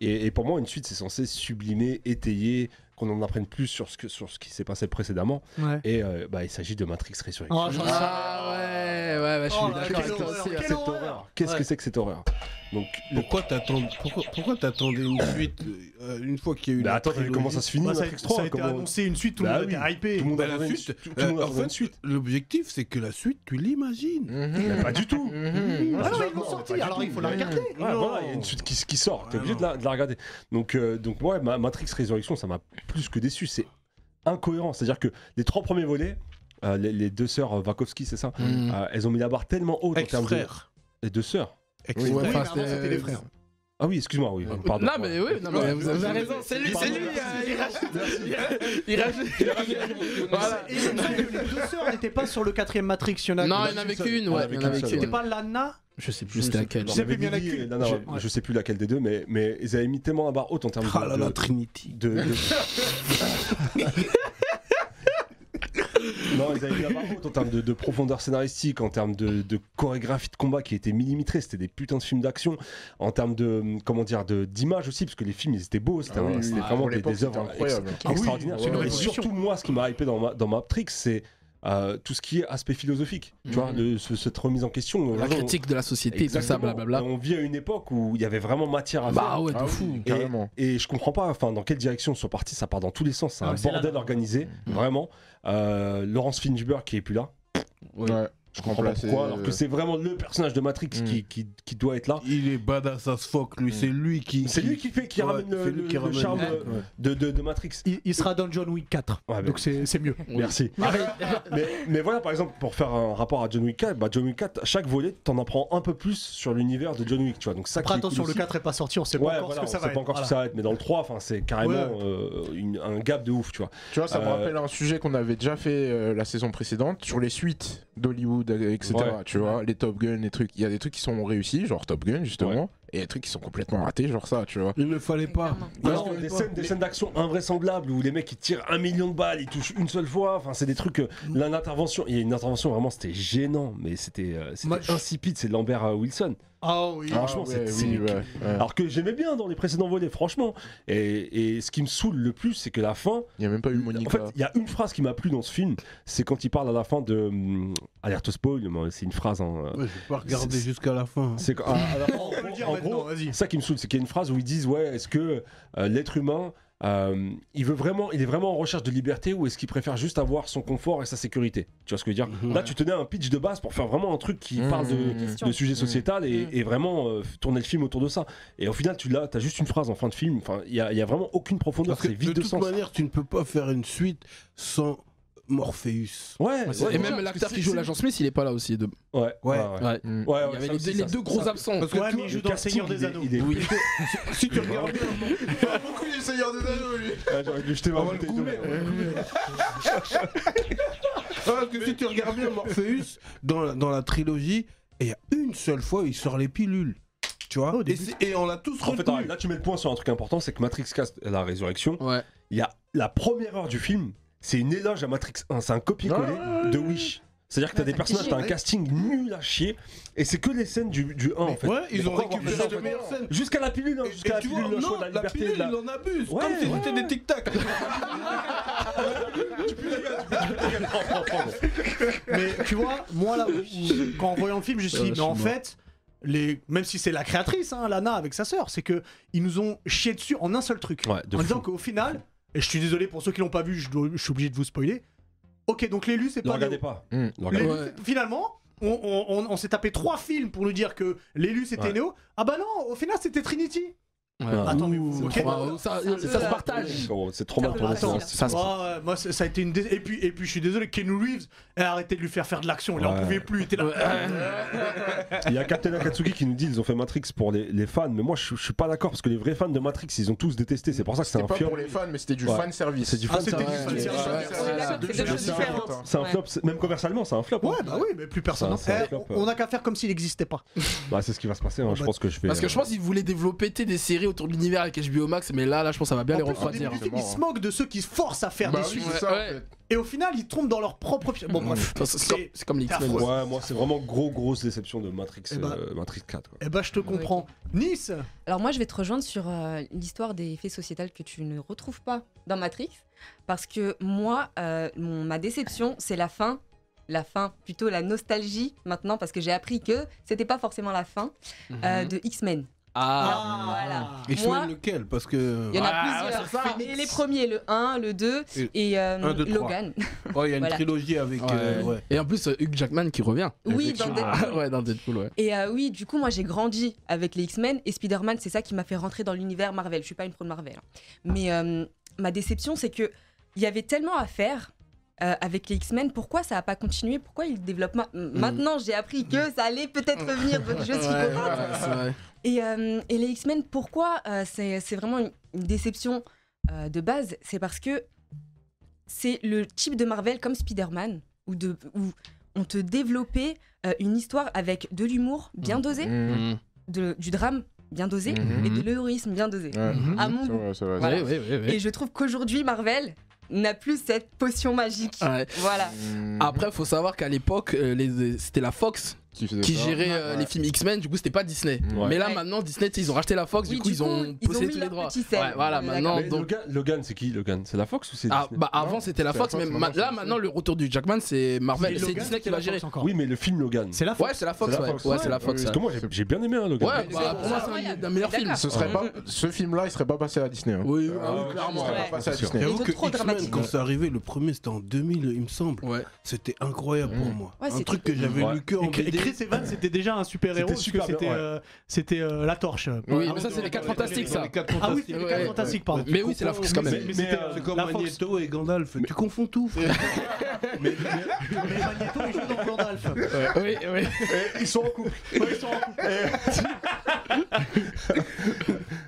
Et, et pour moi, une suite, c'est censé sublimer, étayer, qu'on en apprenne plus sur ce, que, sur ce qui s'est passé précédemment. Ah, Ouais. Et euh, bah, il s'agit de Matrix Resurrection. Oh, j'en- Ah ouais, ouais, ouais, je suis Oh, d'accord quelle avec toi horreur, aussi. quelle cette horreur. horreur Qu'est-ce que c'est que cette horreur Donc, le... Pourquoi t'attends- pourquoi- pourquoi t'attendais une suite euh, une fois qu'il y a eu bah, la attends, t'as vu trilogie comment ça se finit Bah, ça, Matrix ça 3 a été comment- annoncé une suite, tout le Bah monde oui. était hypé. Tout le monde Bah, attendait la une suite, suite. Tout, tout le euh, monde en attendait une fait, suite. l'objectif c'est que la suite tu l'imagines. Mais pas du tout. Mhm. Ah non, Non, ils l'ont non, sorti, Bah, pas du alors tout. il faut la regarder. Ouais, Non. voilà, il y a une suite qui, qui sort, t'es Ah, obligé de la, de la regarder. Donc, euh, donc ouais, ma- Matrix Résurrection, ça m'a plus que déçu, c'est incohérent. C'est-à-dire que les trois premiers volets, euh, les, les deux sœurs Wachowski, c'est ça Mm. Euh, Elles ont mis la barre tellement haute en termes de... Ex-frère. Les deux sœurs Ouais, Oui, mais enfin, avant, c'était les frères. Ah oui, excuse-moi, oui, pardon. Non mais oui, non, mais Ouais, vous avez je- raison, c'est lui, Pardon, c'est lui, merci. hein, il rajoute, il rajoute- Voilà. Ah, bah, Et il me semble que les deux sœurs n'étaient pas sur le quatrième Matrix, il y en a. Non, il n'y en avait qu'une, ouais, il y en avait C'était qu'une. pas Lana Je sais plus c'était laquelle. Je sais sais, plus bien laquelle. Ouais. euh, je sais plus laquelle des deux, mais, mais ils avaient mis tellement la barre haute en termes Ah de, là de- là, Trinity. de- de- non, ils avaient mis la barre haute en termes de, de profondeur scénaristique, en termes de, de chorégraphie de combat qui était millimétrée. C'était des putains de films d'action. En termes de, comment dire, de- d'image aussi, parce que les films, ils étaient beaux. C'était Ah un- oui, c'était ah, vraiment pour des, l'époque, des œuvres c'était incroyable. ex- Ah oui, extraordinaires. c'est une Et révolution. surtout, moi, ce qui m'a hypé dans, ma, dans Matrix, c'est euh, tout ce qui est aspect philosophique. Mm. Tu vois, le- ce- cette remise en question. La vraiment, critique de la société, tout ça, Exactement. blablabla. Et On vit à une époque où il y avait vraiment matière à Bah faire. ouais, de Ah oui, fou. Et- Carrément. Et, je comprends pas, enfin, dans quelle direction ils sont partis, ça part dans tous les sens, c'est Ah un ouais, c'est bordel là. Mmh. organisé, vraiment. Euh, Laurence Finchberg qui est plus là, Ouais. Ouais. je comprends pas Remplacé, pourquoi, euh, alors que c'est vraiment le personnage de Matrix Mmh. Mm. qui, qui, qui doit être là. Il est badass as fuck lui, Mm. c'est lui qui C'est lui qui fait, qui ouais, ramène le, c'est lui le- qui le ramène charme le- euh, de, de, de Matrix. il, il sera dans John Wick 4. Ouais, bah, donc c'est c'est mieux. Oui. Merci. mais, mais voilà, par exemple, pour faire un rapport à John Wick 4, bah John Wick 4, chaque volet, t'en apprends un peu plus sur l'univers de John Wick, tu vois. Donc ça, Après, qui est cool attention, le aussi. 4 est pas sorti, on sait Ouais, pas encore voilà, ce que ça on sait va pas encore ce que ça va être, mais dans le 3, enfin, c'est carrément Ouais. euh, une- un gap de ouf, tu vois. Tu vois, ça me Euh, rappelle un sujet qu'on avait déjà fait euh, la saison précédente sur les suites d'Hollywood, euh, etc. Ouais. Tu vois, les Top Gun, les trucs. Il y a des trucs qui sont réussis, genre Top Gun justement, et des trucs qui sont complètement ratés, genre ça, tu vois. Il ne fallait pas. Clairement. Il ne Non, fallait des pas. scènes, des scènes d'action invraisemblables où les mecs ils tirent un million de balles, ils touchent une seule fois. Enfin, c'est des trucs. euh, Mm. là, l'intervention, il y a une intervention vraiment, c'était gênant, mais c'était euh, c'était Moi, je- insipide. C'est Lambert euh, Wilson. Ah oui. Franchement, Ah ouais, Oh, c'est- oui, c'est- ouais, ouais. Alors que j'aimais bien dans les précédents volets, franchement. Et, et ce qui me saoule le plus, c'est que la fin. Il y a même pas eu En Monica. fait, il y a une phrase qui m'a plu dans ce film, c'est quand il parle à la fin de. hum, alerte au spoil, mais c'est une phrase. hein, euh, Ouais, je vais pas regarder C'est- jusqu'à la fin. C'est ah, qu'à- à la fin, en On peut le dire gros- en maintenant, gros, vas-y. ça qui me saoule, c'est qu'il y a une phrase où ils disent ouais, est-ce que euh, l'être humain, euh, il veut vraiment, il est vraiment en recherche de liberté ou est-ce qu'il préfère juste avoir son confort et sa sécurité Tu vois ce que je veux dire Mhm. Là, tu tenais un pitch de base pour faire vraiment un truc qui Mmh. parle euh, Mhm. de, de sujet sociétal et, Mhm. et vraiment euh, tourner le film autour de ça. Et au final, tu l'as, t'as juste une phrase en fin de film. Enfin, il y, a- il y a vraiment aucune profondeur. Parce que C'est vide de de, toute sens. manière, tu ne peux pas faire une suite sans Morpheus. Ouais, Ouais, et même l'acteur qui joue l'agent Smith, il est pas là aussi. De... Ouais, ouais, ouais. Ouais. Mm. Ouais, il y ouais, avait ça les, aussi, les ça, deux ça, gros ça. absents. Parce que Ouais, tout- mais il joue le dans casting, Seigneur il des est- Anneaux. il est- Oui. si tu regardes bien, Beaucoup du Seigneur des Anneaux, lui. Ah, J'aurais dû jeter ma On va le bouteille couler, d'eau. on va le couler. Ah, parce que si tu regardes bien Morpheus, dans la, dans la trilogie, et il y a une seule fois où il sort les pilules. Tu vois Au et, début. c'est- et on l'a tous En fait, retenu. là, tu mets le point sur un truc important, c'est que Matrix Cast, la résurrection, Ouais. il y a la première heure du film, c'est une éloge à Matrix 1, c'est un copier-coller de Wish. C'est-à-dire que t'as Ouais, des t'as personnages, cliché, t'as un ouais. casting nul à chier, et c'est que les scènes du, du 1 en fait. ouais, Mais ils ont pourquoi avoir fait récupéré les ça, en fait meilleures scènes. Jusqu'à la pilule, hein, Et- jusqu'à et la tu pilule, vois, le choix non, de la la liberté. pilule, de la- il en abuse, Ouais, comme si ouais, c'était des tic-tac. Mais tu vois, moi là, où- quand en voyant le film, je me suis dit, Ouais, mais en je suis fait, les... même si c'est la créatrice, hein, Lana avec sa sœur, c'est que ils nous ont chié dessus en un seul truc. Ouais, de en fou. disant qu'au final, et je suis désolé pour ceux qui l'ont pas vu, je, dois- je suis obligé de vous spoiler. Ok, donc l'élu, c'est Ne pas. regardez Léo. pas. Mm. Ne regardez L'élu, Ouais. c'est- Finalement, on, on- on- on s'est tapé trois films pour nous dire que l'élu c'était Ouais. Neo. Ah bah non, au final c'était Trinity. Ah. Attends, mais vous- Ouh, ok, trois- non, ça, c'est un ça peu se la- partage. Oh, C'est trop mal pour le Attends, film. Ça se- Oh, ouais, moi, ça ça a été une dé- et puis et puis je suis désolé Ken Reeves a arrêté de lui faire faire de l'action il en Ouais. pouvait plus il était là Il y a Captain Akatsuki qui nous dit ils ont fait Matrix pour les, les fans, mais moi je, je suis pas d'accord parce que les vrais fans de Matrix ils ont tous détesté. C'est pour ça que c'est C'était un pas flop. pour les fans, mais c'était du Ouais. fan service. C'est du Ah, fan c'était service. du fan ouais, service. ouais, On est d'accord, c'est deux choses différentes. hein. C'est un Ouais. flop. c'est- Même commercialement, c'est un flop. hein. ouais bah oui mais plus personne Ça, ça Eh, flop, on- on a qu'à faire comme s'il n'existait pas Bah, c'est ce qui va se passer. hein. Je bah, pense que je vais. Parce que je pense qu'ils voulaient développer tu sais, des séries autour de l'univers avec HBO Max, mais là, là, je pense que ça va bien En les plus, au refroidir. début du film, Exactement, ils se hein. moquent de ceux qui se forcent à faire Bah des oui, suites. c'est Ouais, ça. en ouais. fait. Et au final, ils tombent dans leur propre piège. Bon, bref. Enfin, C'est c'est comme- c'est comme les X-Men. affreux. ouais. Ouais, moi c'est vraiment gros grosse déception de Matrix, Eh bah. ben- euh, Matrix 4. quoi. Eh ben, je te comprends. Nice Alors moi, je vais te rejoindre sur euh, l'histoire des faits sociétales que tu ne retrouves pas dans Matrix, parce que moi, euh, mon- ma déception, c'est la fin. La fin, plutôt la nostalgie maintenant, parce que j'ai appris que c'était pas forcément la fin euh, Mhm. de X-Men. Ah, voilà. Et je Moi- sais même lequel, parce que. Il y en a Ah, ouais, plusieurs. c'est ça. Mais les premiers, le 1, le 2 et euh, Un, deux, trois. Logan. Oh, il y a une Voilà. trilogie avec. euh, Ouais. ouais. Et en plus, euh, Hugh Jackman qui revient. oui, dans Dead- Ah, ouais, dans Deadpool, ouais. Et euh, oui, du coup, moi, j'ai grandi avec les X-Men et Spider-Man, c'est ça qui m'a fait rentrer dans l'univers Marvel. Je suis pas une pro de Marvel. hein. Mais euh, ma déception, c'est que il y avait tellement à faire euh, avec les X-Men. Pourquoi ça a pas continué Pourquoi ils développent ma- maintenant J'ai appris que ça allait peut-être revenir. Donc, je suis Mm. Ouais, contente. ouais, c'est vrai. Et, euh, et les X-Men, pourquoi euh, c'est c'est vraiment une, une déception euh, de base C'est parce que c'est le type de Marvel comme Spider-Man, où, de- où on te développait euh, une histoire avec de l'humour bien dosé, Mm. Mmh. de- du drame bien dosé Mhm. et de l'héroïsme bien dosé. Mmh. Ouais. Mhm. À mon C'est goût. vrai, c'est vrai. Voilà. Ouais, ouais, ouais, ouais. Et je trouve qu'aujourd'hui, Marvel n'a plus cette potion magique. Ah. Ouais. Voilà. Mm. Ah. Après, faut savoir qu'à l'époque, euh, les- c'était la Fox Qui faisait qui ça. Mmh. gérait euh, Ouais. les films X-Men, du coup c'était pas Disney. Ouais. Mais là Ouais. maintenant Disney, tu sais, ils ont racheté la Fox, Oui, du coup du ils ont coup, ils ont possédé mis tous les leur droits. petit sel. Ouais, voilà, On est maintenant Mais donc Logan, Logan, c'est qui Logan C'est la Fox ou c'est ah, Disney bah avant c'était la c'est Fox, la mais Fox, ma- maintenant, c'est là Disney. maintenant le retour du Jackman c'est Marvel, Et c'est Logan, Disney qui va la gérer. Fox encore. Oui, mais le film Logan. C'est la Fox. Ouais, c'est la Fox, C'est la ouais. Fox, Ouais, ouais. c'est la Fox. Oui, ouais. Parce que moi j'ai j'ai bien aimé hein, Logan. Ouais, bah, pour moi c'est un Incroyable. d'un meilleur film. D'accord. Ce serait Ouais. pas, ce film-là, il serait pas passé à Disney. hein. Oui, Ah, ah ouais, oui, il clairement. serait ouais. pas passé à C'est sûr. Disney. J'avoue deux que trop X-Men, dramatiques. quand c'est arrivé, le premier c'était en 2000, il me semble. Ouais. C'était incroyable pour Mm. moi. Ouais, un c'était truc que j'avais Ouais. lu que en Et, et BD. Chris Evans, c'était déjà un super-héros, C'était parce que super bien, c'était ouais. euh, c'était, euh, la torche. Oui, Ah, mais ça c'est les 4 fantastiques ça. Ah oui, c'était les Ouais, quatre ouais. fantastiques, pardon. Mais oui, c'est la Fox quand Mais- même. mais Mais, c'était, euh, C'est comme La Fox. Magneto et Gandalf. Tu confonds tout, frère. Ah, Mais Magneto, il joue dans Gandalf. Oui, oui. ils sont en couple.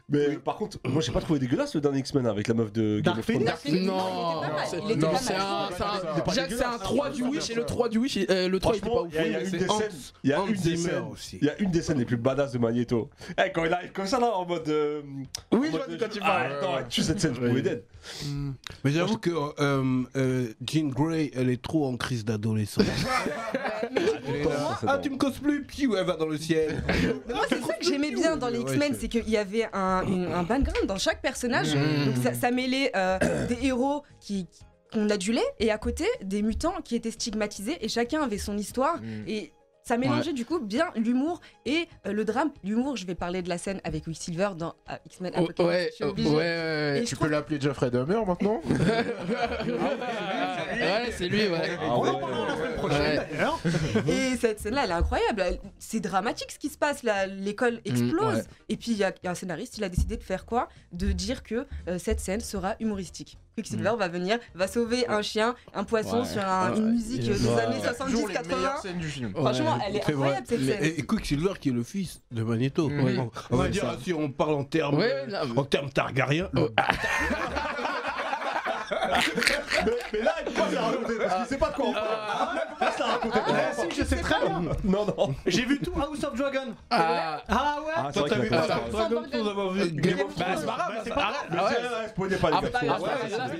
Mais par contre, moi j'ai pas trouvé dégueulasse le dernier X-Men avec la meuf de Game Dark of Thrones. Phoenix Non, Il était pas mal. c'est- Il était non, pas c'est mal. un, c'est un- C'était pas Jacques, c'est un dégueulasse. 3 du Wish et le 3 du Wish, euh, le 3 il était pas Franchement, ouf. il y a- il y a une des Hans- scènes- il y a Hans une des Zimmer scènes- aussi. il y a une des scènes les plus badass de Magneto. Eh, quand il arrive comme ça là, en mode. euh, Oui, en je vois mode- de quoi tu Ah, parles. attends, elle tue cette scène, je pouvais dead. Mais j'avoue que euh, euh, Jean Grey, elle est trop en crise d'adolescence. ah, tu me causes plus Piou, elle va dans le ciel. Mais moi, c'est ça que j'aimais bien dans les Ouais, X-Men, c'est- c'est qu'il y avait un, une- un background dans chaque personnage. Mmh. Donc ça, ça mêlait euh, des héros qui qu'on adulait et à côté des mutants qui étaient stigmatisés et chacun avait son histoire Mmh. et ça mélangeait du coup bien l'humour et euh, le drame. L'humour, je vais parler de la scène avec Quicksilver dans euh, X-Men Oh, Apocalypse. ouais, je suis oh, ouais, obligée. ouais, Et Tu je peux trouve l'appeler Jeffrey Dahmer maintenant ouais. Ouais, c'est lui, ouais. Ah ouais. Ouais. D'ailleurs, Et cette scène-là, elle est incroyable. Elle- C'est dramatique ce qui se passe. là. L'école explose. Mm, ouais. Et puis, il y, a il y a un scénariste, il a décidé de faire quoi De dire que euh, cette scène sera humoristique. Quicksilver va venir, va sauver un chien, un poisson Mm. Ouais. sur un- une Ouais. musique euh, des Ouais. années Toujours les 70-80. meilleures scènes du film. Franchement, elle est C'est vrai. incroyable cette Les- ah, scène. Et et Quicksilver qui est le fils de Magneto. Mm. Oui. On- On va Ouais, dire, ça. si on parle en termes Ouais, euh, là, en termes targariens, le- Ah, Mais là, il faut pas se la raconter parce Ah, qu'il sait pas de quoi on parle. Il faut pas se la raconter. Ah, Eh, si, je sais très bien. Non, non. J'ai vu tout House of Dragon. Ah, Ah ouais. Ah, c'est vrai t'as que vu la- House of Dragon sans avoir vu Game Game of of Thrones. Thrones. pas grave, bah, c'est pas grave. Mais Ah ouais. bah. c'est- ouais, vous pouvez pas les Après, gars. après, ah,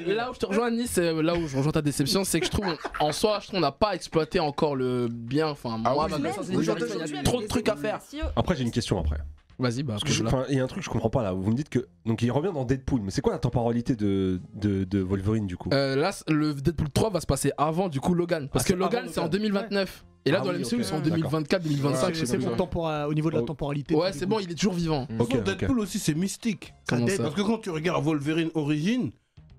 là, là où je te rejoins Nice, c'est là où je rejoins ta déception, c'est que je trouve en soi, je trouve on n'a pas exploité encore le bien. Enfin, Ah moi, oui, ma mais même connaissance, il y a aujourd'hui, des- trop de trucs à faire. Après, j'ai une question après. Vas-y, bah. Parce que je- pose-la. enfin, il y a un truc que je comprends pas là. Vous me dites que. Donc il revient dans Deadpool, mais c'est quoi la temporalité de, de, de Wolverine du coup Euh, là, c- le Deadpool 3 va se passer avant du coup Logan. Parce Ah, que c'est Logan, avant c'est en Logan. 2029. Et là, Ah dans oui, l'MCU, ok. ils sont en D'accord. 2024, 2025. C'est je sais c'est plus. bon tempora- au niveau de la Oh. temporalité. Ouais, c'est bon, il est toujours vivant. Mm. Ok, Pourtant, ok. Deadpool aussi, c'est mystique. Comment date- ça Parce que quand tu regardes Wolverine Origin,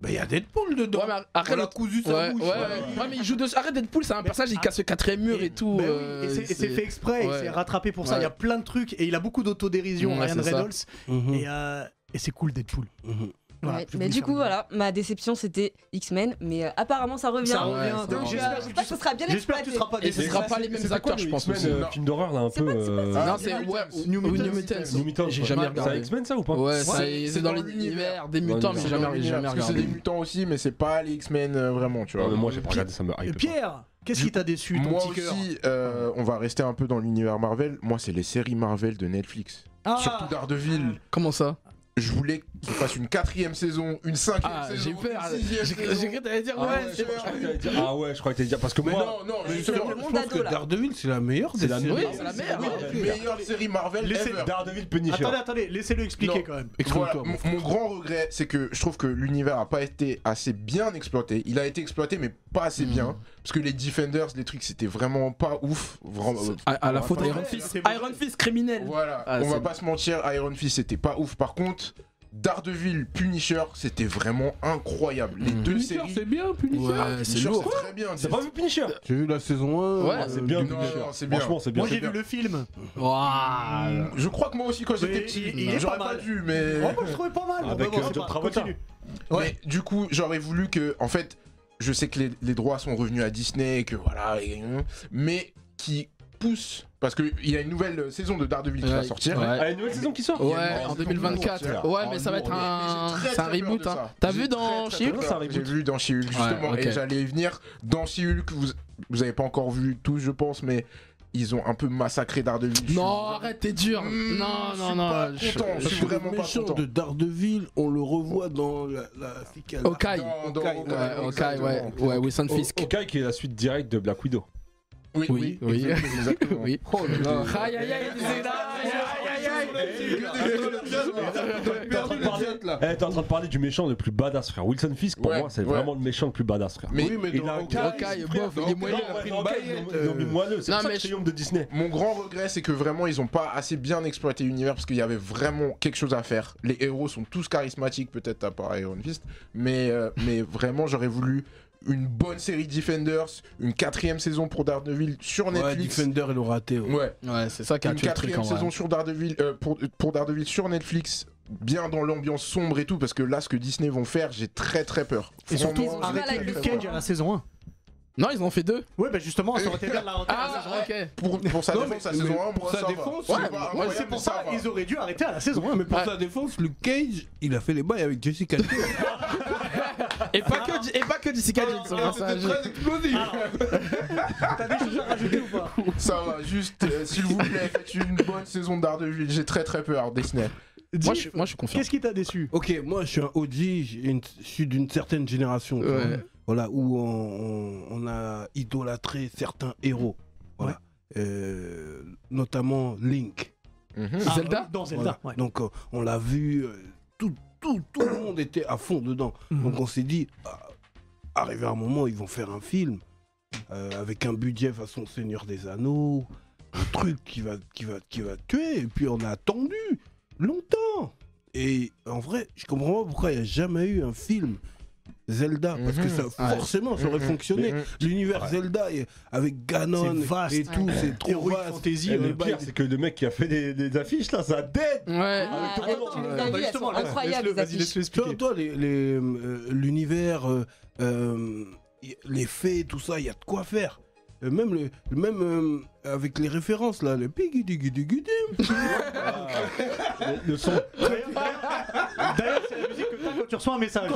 bah il y a Deadpool dedans. Ouais, mais après, on l'a le cousu sa Ouais, ouais, bouche. ouais, Ouais, mais il joue dessus. Arrête Deadpool, c'est un personnage, il casse le quatrième mur et tout. Ben oui, euh, et c'est- et c'est fait exprès, il ouais. s'est rattrapé pour ça. Ouais. Il y a plein de trucs et il a beaucoup d'autodérision, Ouais, Ryan c'est ça. Reynolds. Mhm. Et, euh, et c'est cool Deadpool. Mhm. Voilà, Ouais, je voulais mais hein. du faire coup, le- voilà, ma déception c'était X-Men, mais euh, apparemment ça revient. Ça revient. Ouais, ça donc revient. j'espère que Je tu- pense que ce sera bien J'espère que tu exploité. seras pas Et ce déçu. sera pas les mêmes acteurs, je pense aussi. Un euh, film d'horreur là, un C'est peu. pas- c'est pas- euh, c'est- Non, Ah, c'est New ouais, Mutants. New New Mutants. Mutants. New Mutants, J'ai ouais. jamais C'est un regardé. X-Men ça ou pas Ouais, c'est Ouais, c'est dans l'univers des mutants, mais Ouais, j'ai C'est dans jamais, j'ai jamais l'univers, Parce que regardé. c'est des mutants aussi, mais c'est pas les X-Men euh, vraiment, tu vois. Ouais, Ah, mais Moi j'ai pas regardé, ça me Et hype. Euh, Pierre, qu'est-ce qui t'a déçu ton Moi petit cœur aussi, euh, on va rester un peu dans l'univers Marvel. Moi, c'est les séries Marvel de Netflix. Ah, Surtout Daredevil. Comment ça Je voulais qu'ils fassent une quatrième saison, une cinquième Ah, saison, j'ai peur. une sixième J'ai saison. j'ai cru que t'allais dire Ah ouais. ouais, je crois que t'allais dire- ah ouais, je crois que t'allais dire. Parce que Mais moi. non, non, mais C'est justement, le Je monde pense ado, que là. Daredevil, c'est la meilleure des C'est la séries. Oui, c'est la merde. meilleure série Marvel Laissez- ever. Daredevil Punisher. Attendez, attendez, laissez-le expliquer Non. quand même. Voilà, Explique-toi, mon, mon grand regret, c'est que je trouve que l'univers a pas été assez bien exploité. Il a été exploité, mais pas assez bien. hein. Parce que les Defenders, les trucs, c'était vraiment pas ouf. Vraiment, euh, À, à la Ouais, faute ouais, Iron ouais, Fist. c'est vrai. Iron Fist criminel. Voilà, Ah, on va c'est- pas se mentir, Iron Fist c'était pas ouf. Par contre, Daredevil, Punisher, c'était vraiment incroyable. Les Mm. deux Punisher, séries. c'est bien, Punisher. Ouais, c'est Punisher, lourd. très bien. T'as pas vu Punisher Euh, Ah, J'ai vu la saison 1. Ouais, C'est bien non, Punisher. non, c'est bien. Franchement, c'est bien. Moi j'ai bien. vu le film. Waouh. Je crois que moi aussi quand j'étais Mais petit, il- il est j'aurais pas pas mal. dû, mais. Oh, moi je trouvais pas mal. Avec, Ouais, bon, euh, c'est John pas- Travolta. Continue. Mais du coup, j'aurais voulu que, en fait, je sais que les, les droits sont revenus à Disney, et que voilà, et- mais qui pousse parce que il y a une nouvelle saison de Daredevil qui va Ouais, sortir. ouais. Ah, une nouvelle saison qui sort Ouais, en 2024. Ouais, mais ça va être un, Mais j'ai très, c'est un très peur reboot. de Hein. ça. T'as J'ai vu très, dans très, très She-Hulk peur. Ça, un reboot. J'ai vu dans She-Hulk justement Ouais, ok. et j'allais y venir. Dans She-Hulk, vous vous avez pas encore vu tous, je pense, mais ils ont un peu massacré Daredevil. Non, arrête, t'es dur. Mmh, non, je non, suis non. pas je- content. Je Je suis suis vraiment vraiment pas méchant content. de Daredevil, on le revoit dans la, la flic à la- Hawkeye. Dans- dans Hawkeye, Hawkeye, Ouais, ok, exactement. ouais, ouais, Wilson Fisk. Hawkeye qui est la suite directe de Black Widow. Oui, Oui, oui. exactement, exactement. Oui. Oh là là. Aïe, aïe, aïe, c'est là. Aïe, aïe, aïe. T'es en train de parler- Eh, t'es en train de parler du méchant le plus badass, frère. Wilson Fisk, pour Ouais, moi, c'est ouais. vraiment le méchant le plus badass, frère. Mais oui, mais Il dans a un Hawkeye, Hawkeye, bof, il est moyen. il a pris une baguette. baguette, Non, mais moelleux, c'est Non, pour ça mais que je- c'est Guillaume de Disney. Mon grand regret, c'est que vraiment, ils ont pas assez bien exploité l'univers parce qu'il y avait vraiment quelque chose à faire. Les héros sont tous charismatiques, peut-être à part Iron Fist, mais, euh, mais vraiment, j'aurais voulu une bonne série Defenders, une quatrième saison pour Daredevil sur Ouais, Netflix. Defender, il aura raté. ouais. Ouais, Ouais, c'est ça qui a une tué le truc quatrième en saison vrai. sur Daredevil, euh, pour, pour Daredevil sur Netflix, bien dans l'ambiance sombre et tout, parce que là, ce que Disney vont faire, j'ai très très peur. Et surtout, Franchement, j'ai arrêtez très, Luke très peur. Cage à la saison 1. Non, ils en ont fait deux. Ouais, bah justement, ça aurait été bien de la rentrer à la saison 1. Ah, ok. Pour, pour sa Non, défense, la mais- saison mais 1, pour sa ça va. défense, C'est ouais, pas ouais, incroyable, C'est pour mais ça, va. ils auraient dû arrêter à la saison 1. Ouais, mais pour Ouais. sa défense, Luke Cage, il a fait les bails avec Jessica Jones. Et pas que, et pas que Jessica Ah, Jones. son personnage. explosif. Ah. T'as des choses à rajouter ou pas Ça va, juste, euh, s'il vous plaît, faites une bonne saison de Daredevil. J'ai très très peur, Disney. Moi, je Dis, suis- moi, je suis confiant. Qu'est-ce qui t'a déçu Ok, moi je suis un OG, j'ai une- je suis d'une certaine génération. tu vois. Ouais. Voilà, où on, on- on a idolâtré certains héros. Voilà. Euh, notamment Link. Ah, Zelda Dans Zelda, Voilà. ouais. Donc euh, on l'a vu, euh, tout, tout, tout le monde était à fond dedans. Mhm. Donc on s'est dit, ah, arrivé un moment, ils vont faire un film euh, avec un budget façon Seigneur des Anneaux, un truc qui va, qui va, qui va tuer. Et puis on a attendu longtemps. Et en vrai, je comprends pas pourquoi il n'y a jamais eu un film. Zelda, parce que ça, Ouais. forcément, ça aurait Mhm. fonctionné. Mhm. L'univers Zelda et- avec Ganon C'est vaste. et tout, Ouais. c'est trop Heroic vaste. Fantasy, Et euh, le pire, c'est que le mec qui a fait des, des affiches là, ça dead Ouais. Ah, Ah, attends, ouais. les bah, dingues, elles sont justement, laisse- incroyables, laisse-le, les vas-y, affiches. laisse-le Tu expliquer. vois, toi, les- les, euh, l'univers, euh, euh, y- les fées, tout ça, il y a de quoi faire. Euh, Même, le, même euh, avec les références, là, le piggy diggy diggy Le- Le son D'ailleurs, c'est la musique que t'as quand tu reçois un message.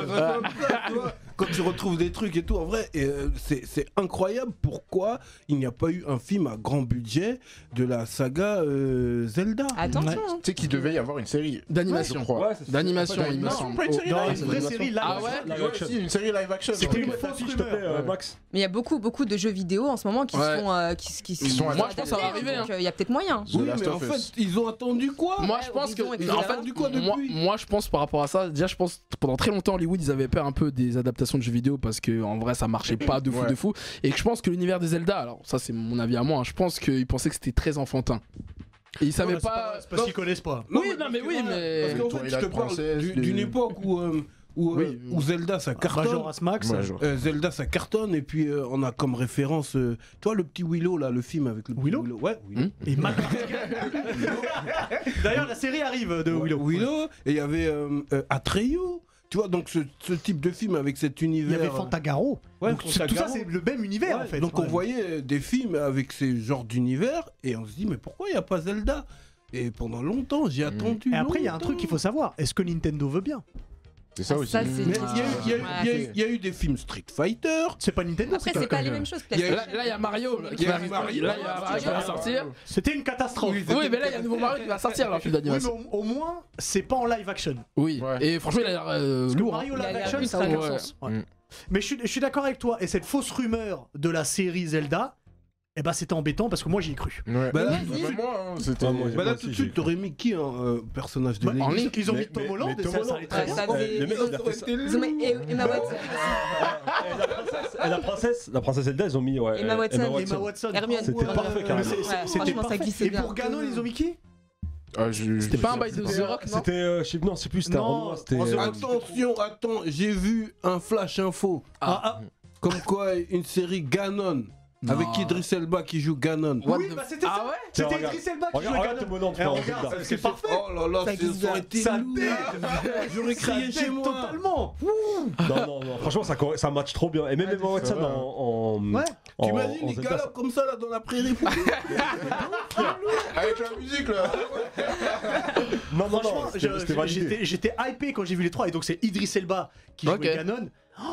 quand tu retrouves des trucs et tout, en vrai, et, euh, c'est c'est incroyable pourquoi il n'y a pas eu un film à grand budget de la saga euh, Zelda. Ah, Attention, hein. Tu sais qu'il devait y avoir une série. D'animation. Je crois. c'est- D'animation. Ouais, animation. Non, pas une série Oh, Une non, live. c'est vraie une série animation. live. Ah ouais Live Ouais, action. si, une série live action. C'était Une une fois, fausse s'il te rumeur. plaît, euh, Max. Mais il y a beaucoup, beaucoup de jeux vidéo en ce moment qui Ouais. sont. euh, qui, qui, Qui sont Moi, je pense que ça va adaptés, arriver, hein. donc, euh, Il y a peut-être moyen. The Oui, Last mais en of Us. fait, ils ont attendu Oh, quoi Moi, Ouais, je pense que. Horizon, etc. En fait, du quoi moi, depuis moi, je pense par rapport à ça. Déjà, je pense que pendant très longtemps, Hollywood, ils avaient peur un peu des adaptations de jeux vidéo parce que en vrai, ça marchait pas de fou Ouais. de fou. Et que je pense que l'univers des Zelda, alors ça, c'est mon avis à moi. hein, je pense qu'ils pensaient que c'était très enfantin. Et ils savaient Non, c'est pas. C'est parce qu'ils connaissent pas. Oui, non, parce mais que oui, voilà, mais- Parce qu'en fait, Toilette je te parle princesse, du- des- d'une époque où, euh, où, euh, Oui, oui. où Zelda, ça Ah, cartonne. Majora's Max. Ouais, genre. Euh, Zelda, ça cartonne. Et puis, euh, on a comme référence, euh, toi, le petit Willow, là, le film avec le petit Willow Hum. Ouais. Et Mac- D'ailleurs, la série arrive de Willow. Et il y avait euh, euh, Atreyu. Tu vois, donc ce, ce type de film avec cet Il univers. y avait Fantagaro. Ouais, Donc, c'est- tout ça, Fantagaro. c'est le même Ouais, univers en fait. Donc on Ouais. voyait euh, des films avec ces genres d'univers et on se dit mais pourquoi il n'y a pas Zelda Et pendant longtemps j'ai attendu. Et après, il y a un truc qu'il faut savoir. Est-ce que Nintendo veut bien C'est ça Ah, aussi. ça, c'est- Mais il y a eu- il y a eu- il y a eu- Ouais. il y a eu des films Street Fighter, C'est pas Nintendo. Après, c'est c'est pas- pas les mêmes choses. Il y a eu- Là, là, il y a Mario là, Il qui y a va, eu là, il Mario. y a Mario qui va sortir. C'était une catastrophe. Oui, Oui, mais là, il y a un nouveau Mario qui va sortir, leur film Oui, mais d'animation. au, au moins, c'est pas en live action. Oui, Ouais. et franchement, il a l'air euh, Parce que lourd. hein. Mario Il a live l'air action, plus ça a aucun sérieux. sens. Ouais. Mm. Mais je suis, je suis d'accord avec toi. Et cette fausse rumeur de la série Zelda, eh ben, c'était embêtant parce que moi, j'y ai cru. Ouais. Bah, là, Bah, même moi, hein, c'était. Ouais, moi, j'ai- Bah là aussi, tout de suite, j'ai- t'aurais mis qui en euh, personnage de Bah, Link en ils, Link, ils ont mais- mis Tom mais- Holland mais et Tom ça, hein. ça Holland, allait ouais, très bien. ça faisait- Le mec, il a fait ça. Ils ont mis et- Emma Watson. Et la princesse- et la princesse, la princesse Zelda, ils ont mis ouais, Emma euh, Watson. Emma Watson. Hermione. C'était Ouais. parfait, carrément. Mais c'est- c'est- Ouais, C'était franchement, ça parfait. glissait Et bien. pour Ganon, ils ont mis qui Ah, je- C'était je- pas un je bail sais de pas. The Rock, non C'était, euh, je sais- non, c'est plus c'était un Non, roman, c'était. en The Rock. Attention, attends, j'ai vu un flash info Ah, ah, comme quoi une série Ganon avec Non. Idris Elba qui joue Ganon. What Oui, the- bah, c'était Ah ça. ouais Tiens, C'était regarde. Idris Elba qui jouait Regarde, regarde Ganon. Tom Holland, Eh, frère, en regarde, Zelda. c'est- c'est parfait. Oh là là, Ça c'est- ça aurait été Ça lourd. date. J'aurais crié Ça chez date moi. Totalement. Non, non, non. Franchement, ça, cor- ça match trop bien. Et même Emma Watson va. en. en- Ouais. en- T'imagines, en il Zelda, galope comme ça là dans la prairie. Avec la musique là ça- Non, non, non. Franchement, c'était- je- C'était validé. j'étais j'étais hypé quand j'ai vu les trois. Et donc, c'est Idris Elba qui Ok. jouait Ganon. Oh,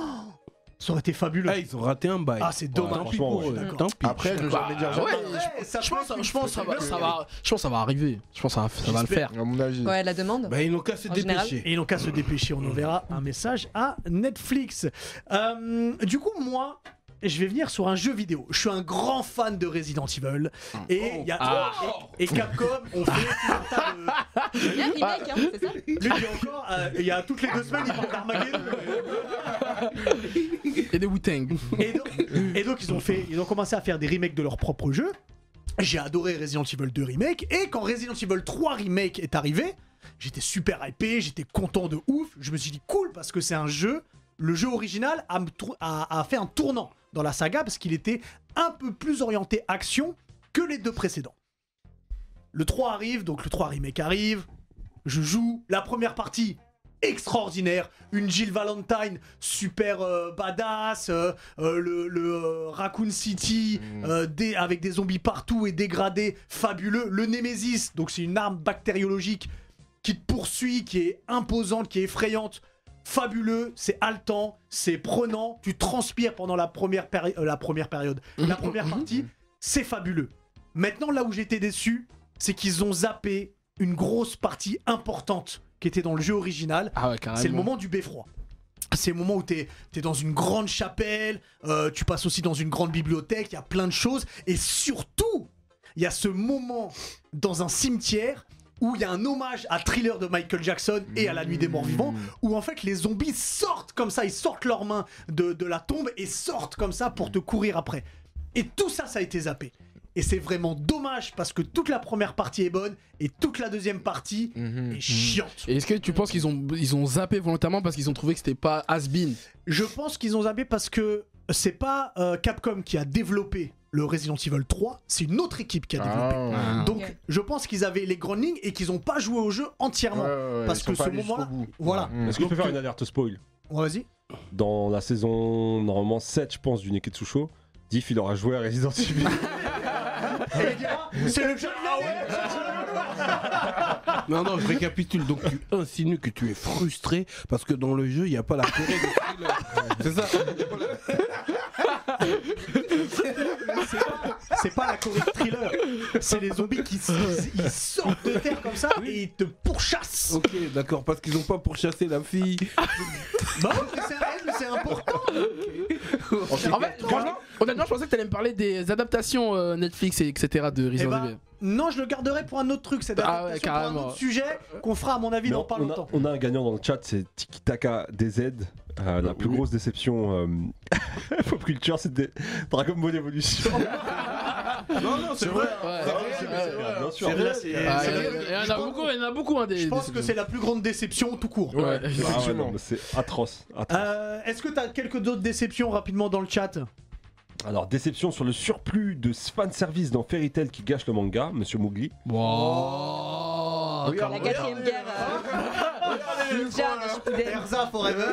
Ça aurait été fabuleux. Ah, ils ont raté un bail. Ah, c'est dommage. Tant pis franchement, pour ouais. eux. D'accord. Tant pis. Après, ne jamais dire Ah ouais, jamais. Ouais, ça je peut pense, être une je pense que ça va, possibilité. ça va, je pense que ça va arriver. Je pense que ça va, ça va le faire. À mon avis. Ouais, la demande. Bah, ils n'ont qu'à se En général. dépêcher. Et ils n'ont qu'à se dépêcher, on enverra un message à Netflix. Euh, du coup, moi, je vais venir sur un jeu vidéo. Je suis un grand fan de Resident Evil. Et, il y a, et, et Capcom, on fait tout un tas de- Il y a un Ah. remake, hein, c'est ça Lui, il y a encore, euh, il y a toutes les deux semaines, il parle d'Armageddon. Et des Wu-Tang. Et donc, et donc, ils, ont fait, ils ont commencé à faire des remakes de leurs propres jeux. J'ai adoré Resident Evil 2 Remake. Et quand Resident Evil 3 Remake est arrivé, j'étais super hypé, j'étais content de ouf. Je me suis dit cool parce que c'est un jeu. Le jeu original a, me trou- a- a fait un tournant dans la saga parce qu'il était un peu plus orienté action que les deux précédents. Le 3 arrive, donc le 3 Remake arrive. Je joue la première partie extraordinaire, une Jill Valentine super euh, badass, euh, euh, le, le, euh, Raccoon City euh, dé- avec des zombies partout et dégradés, fabuleux, le Nemesis, donc c'est une arme bactériologique qui te poursuit, qui est imposante, qui est effrayante, fabuleux, c'est haletant, c'est prenant, tu transpires pendant la première, péri- euh, la première période, la première partie, c'est fabuleux. Maintenant, là où j'étais déçu, c'est qu'ils ont zappé une grosse partie importante qui était dans le jeu original, Ah ouais, carrément. c'est le moment du beffroi. C'est le moment où t'es es dans une grande chapelle, euh, tu passes aussi dans une grande bibliothèque, il y a plein de choses. Et surtout, il y a ce moment dans un cimetière où il y a un hommage à Thriller de Michael Jackson et à La Nuit des Morts Vivants, Mmh. où en fait les zombies sortent comme ça, ils sortent leurs mains de, de la tombe et sortent comme ça pour te courir après. Et tout ça, ça a été zappé. Et c'est vraiment dommage parce que toute la première partie est bonne et toute la deuxième partie Mhm. est chiante. Mmh. Et est-ce que tu penses qu'ils ont, ils ont zappé volontairement parce qu'ils ont trouvé que c'était pas has-been Je pense qu'ils ont zappé parce que c'est pas euh, Capcom qui a développé le Resident Evil 3, c'est une autre équipe qui a développé. Ah, Ah. Donc Ok. je pense qu'ils avaient les grandes lignes et qu'ils n'ont pas joué au jeu ouais, entièrement. ouais, ouais, Parce ils que sont pas ce allés jusqu'au moment-là- bout. Voilà. Mhm. Est-ce que je peux faire une alerte spoil Ouais, Vas-y. Dans la saison normalement 7, je pense, du Neketsu Show, Diff il aura joué à Resident Evil. Et il dira, c'est le jeu Ah de l'année Non, non, je récapitule. Donc, tu insinues que tu es frustré parce que dans le jeu, il n'y a pas la purée de thriller. C'est ça C'est pas la Corée de thriller, c'est les zombies qui s- ils sortent de terre comme ça et ils te pourchassent. Ok, d'accord, parce qu'ils n'ont pas pourchassé la fille. Bah oui, mais c'est un- mais c'est important. En fait, franchement, honnêtement, je pensais que t'allais me parler des adaptations euh, Netflix et etc. de Eh Resident ben, Evil. non, je le garderai pour un autre truc, c'est Ah ouais, d'adaptation pour un carrément. autre sujet qu'on fera à mon avis Mais dans on- pas on a- longtemps. On a un gagnant dans le chat, c'est Tiki Taka DZ. Euh, la plus grosse déception euh, pop culture, c'était Dragon Ball Evolution. Non, non, c'est vrai. Ouais. c'est Ouais. vrai, bien sûr. C'est vrai, c'est- Ah, ben, c'est Il la- y en a- il y en a beaucoup, il y en a beaucoup. hein, des- Je pense des- que c'est la plus grande déception tout court. Ouais. Ah ouais, Effectivement. non, mais c'est atroce. atroce. Euh, Est-ce que t'as quelques autres déceptions rapidement dans le chat Alors, déception sur le surplus de fanservice dans Fairy Tail qui gâche le manga, Monsieur Mowgli. Ah, Wow. La Quand quatrième guerre. euh, Ninja, Shippuden. Erza Forever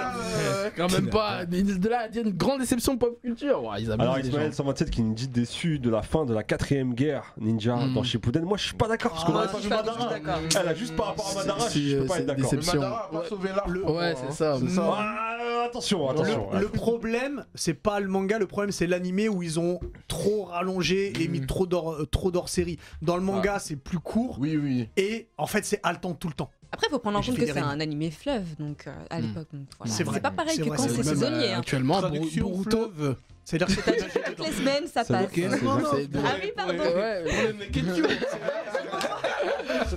quand même pas. mais De là, il y a une grande déception pop culture. Ouais, ils abusent, Alors, les gens. Ismaël 127 qui nous dit déçu de la fin de la quatrième guerre ninja Mm. dans Shippuden. Moi, je suis pas d'accord parce qu'on Ah, a si, je pas vu suis pas du tout Madara. d'accord. Elle a juste par rapport à Madara, C'est- je peux pas c'est être d'accord. déception. Madara a pas sauvé l'arbre, je crois, Ouais, hein. c'est ça. Ah, attention, attention. Le, le problème, c'est pas le manga, le problème c'est l'animé où ils ont trop rallongé et mis trop d'or, euh, trop d'hors série. Dans le manga, c'est plus court Oui, oui. et en fait c'est haletant tout le temps. Après, faut prendre en Et tu compte fais que des c'est rimes. un animé fleuve, donc euh, à Hmm. Mm. l'époque. donc voilà. C'est C'est vrai. pas pareil C'est que vrai, quand c'est c'est vrai. saisonnier. hein. Actuellement, Boruto. fleuve. C'est-à-dire que c'est Toutes les semaines, ça Ça passe. bloque. euh, Ok, Non, non, c'est- bon. Ah oui, Ouais. pardon. Ouais,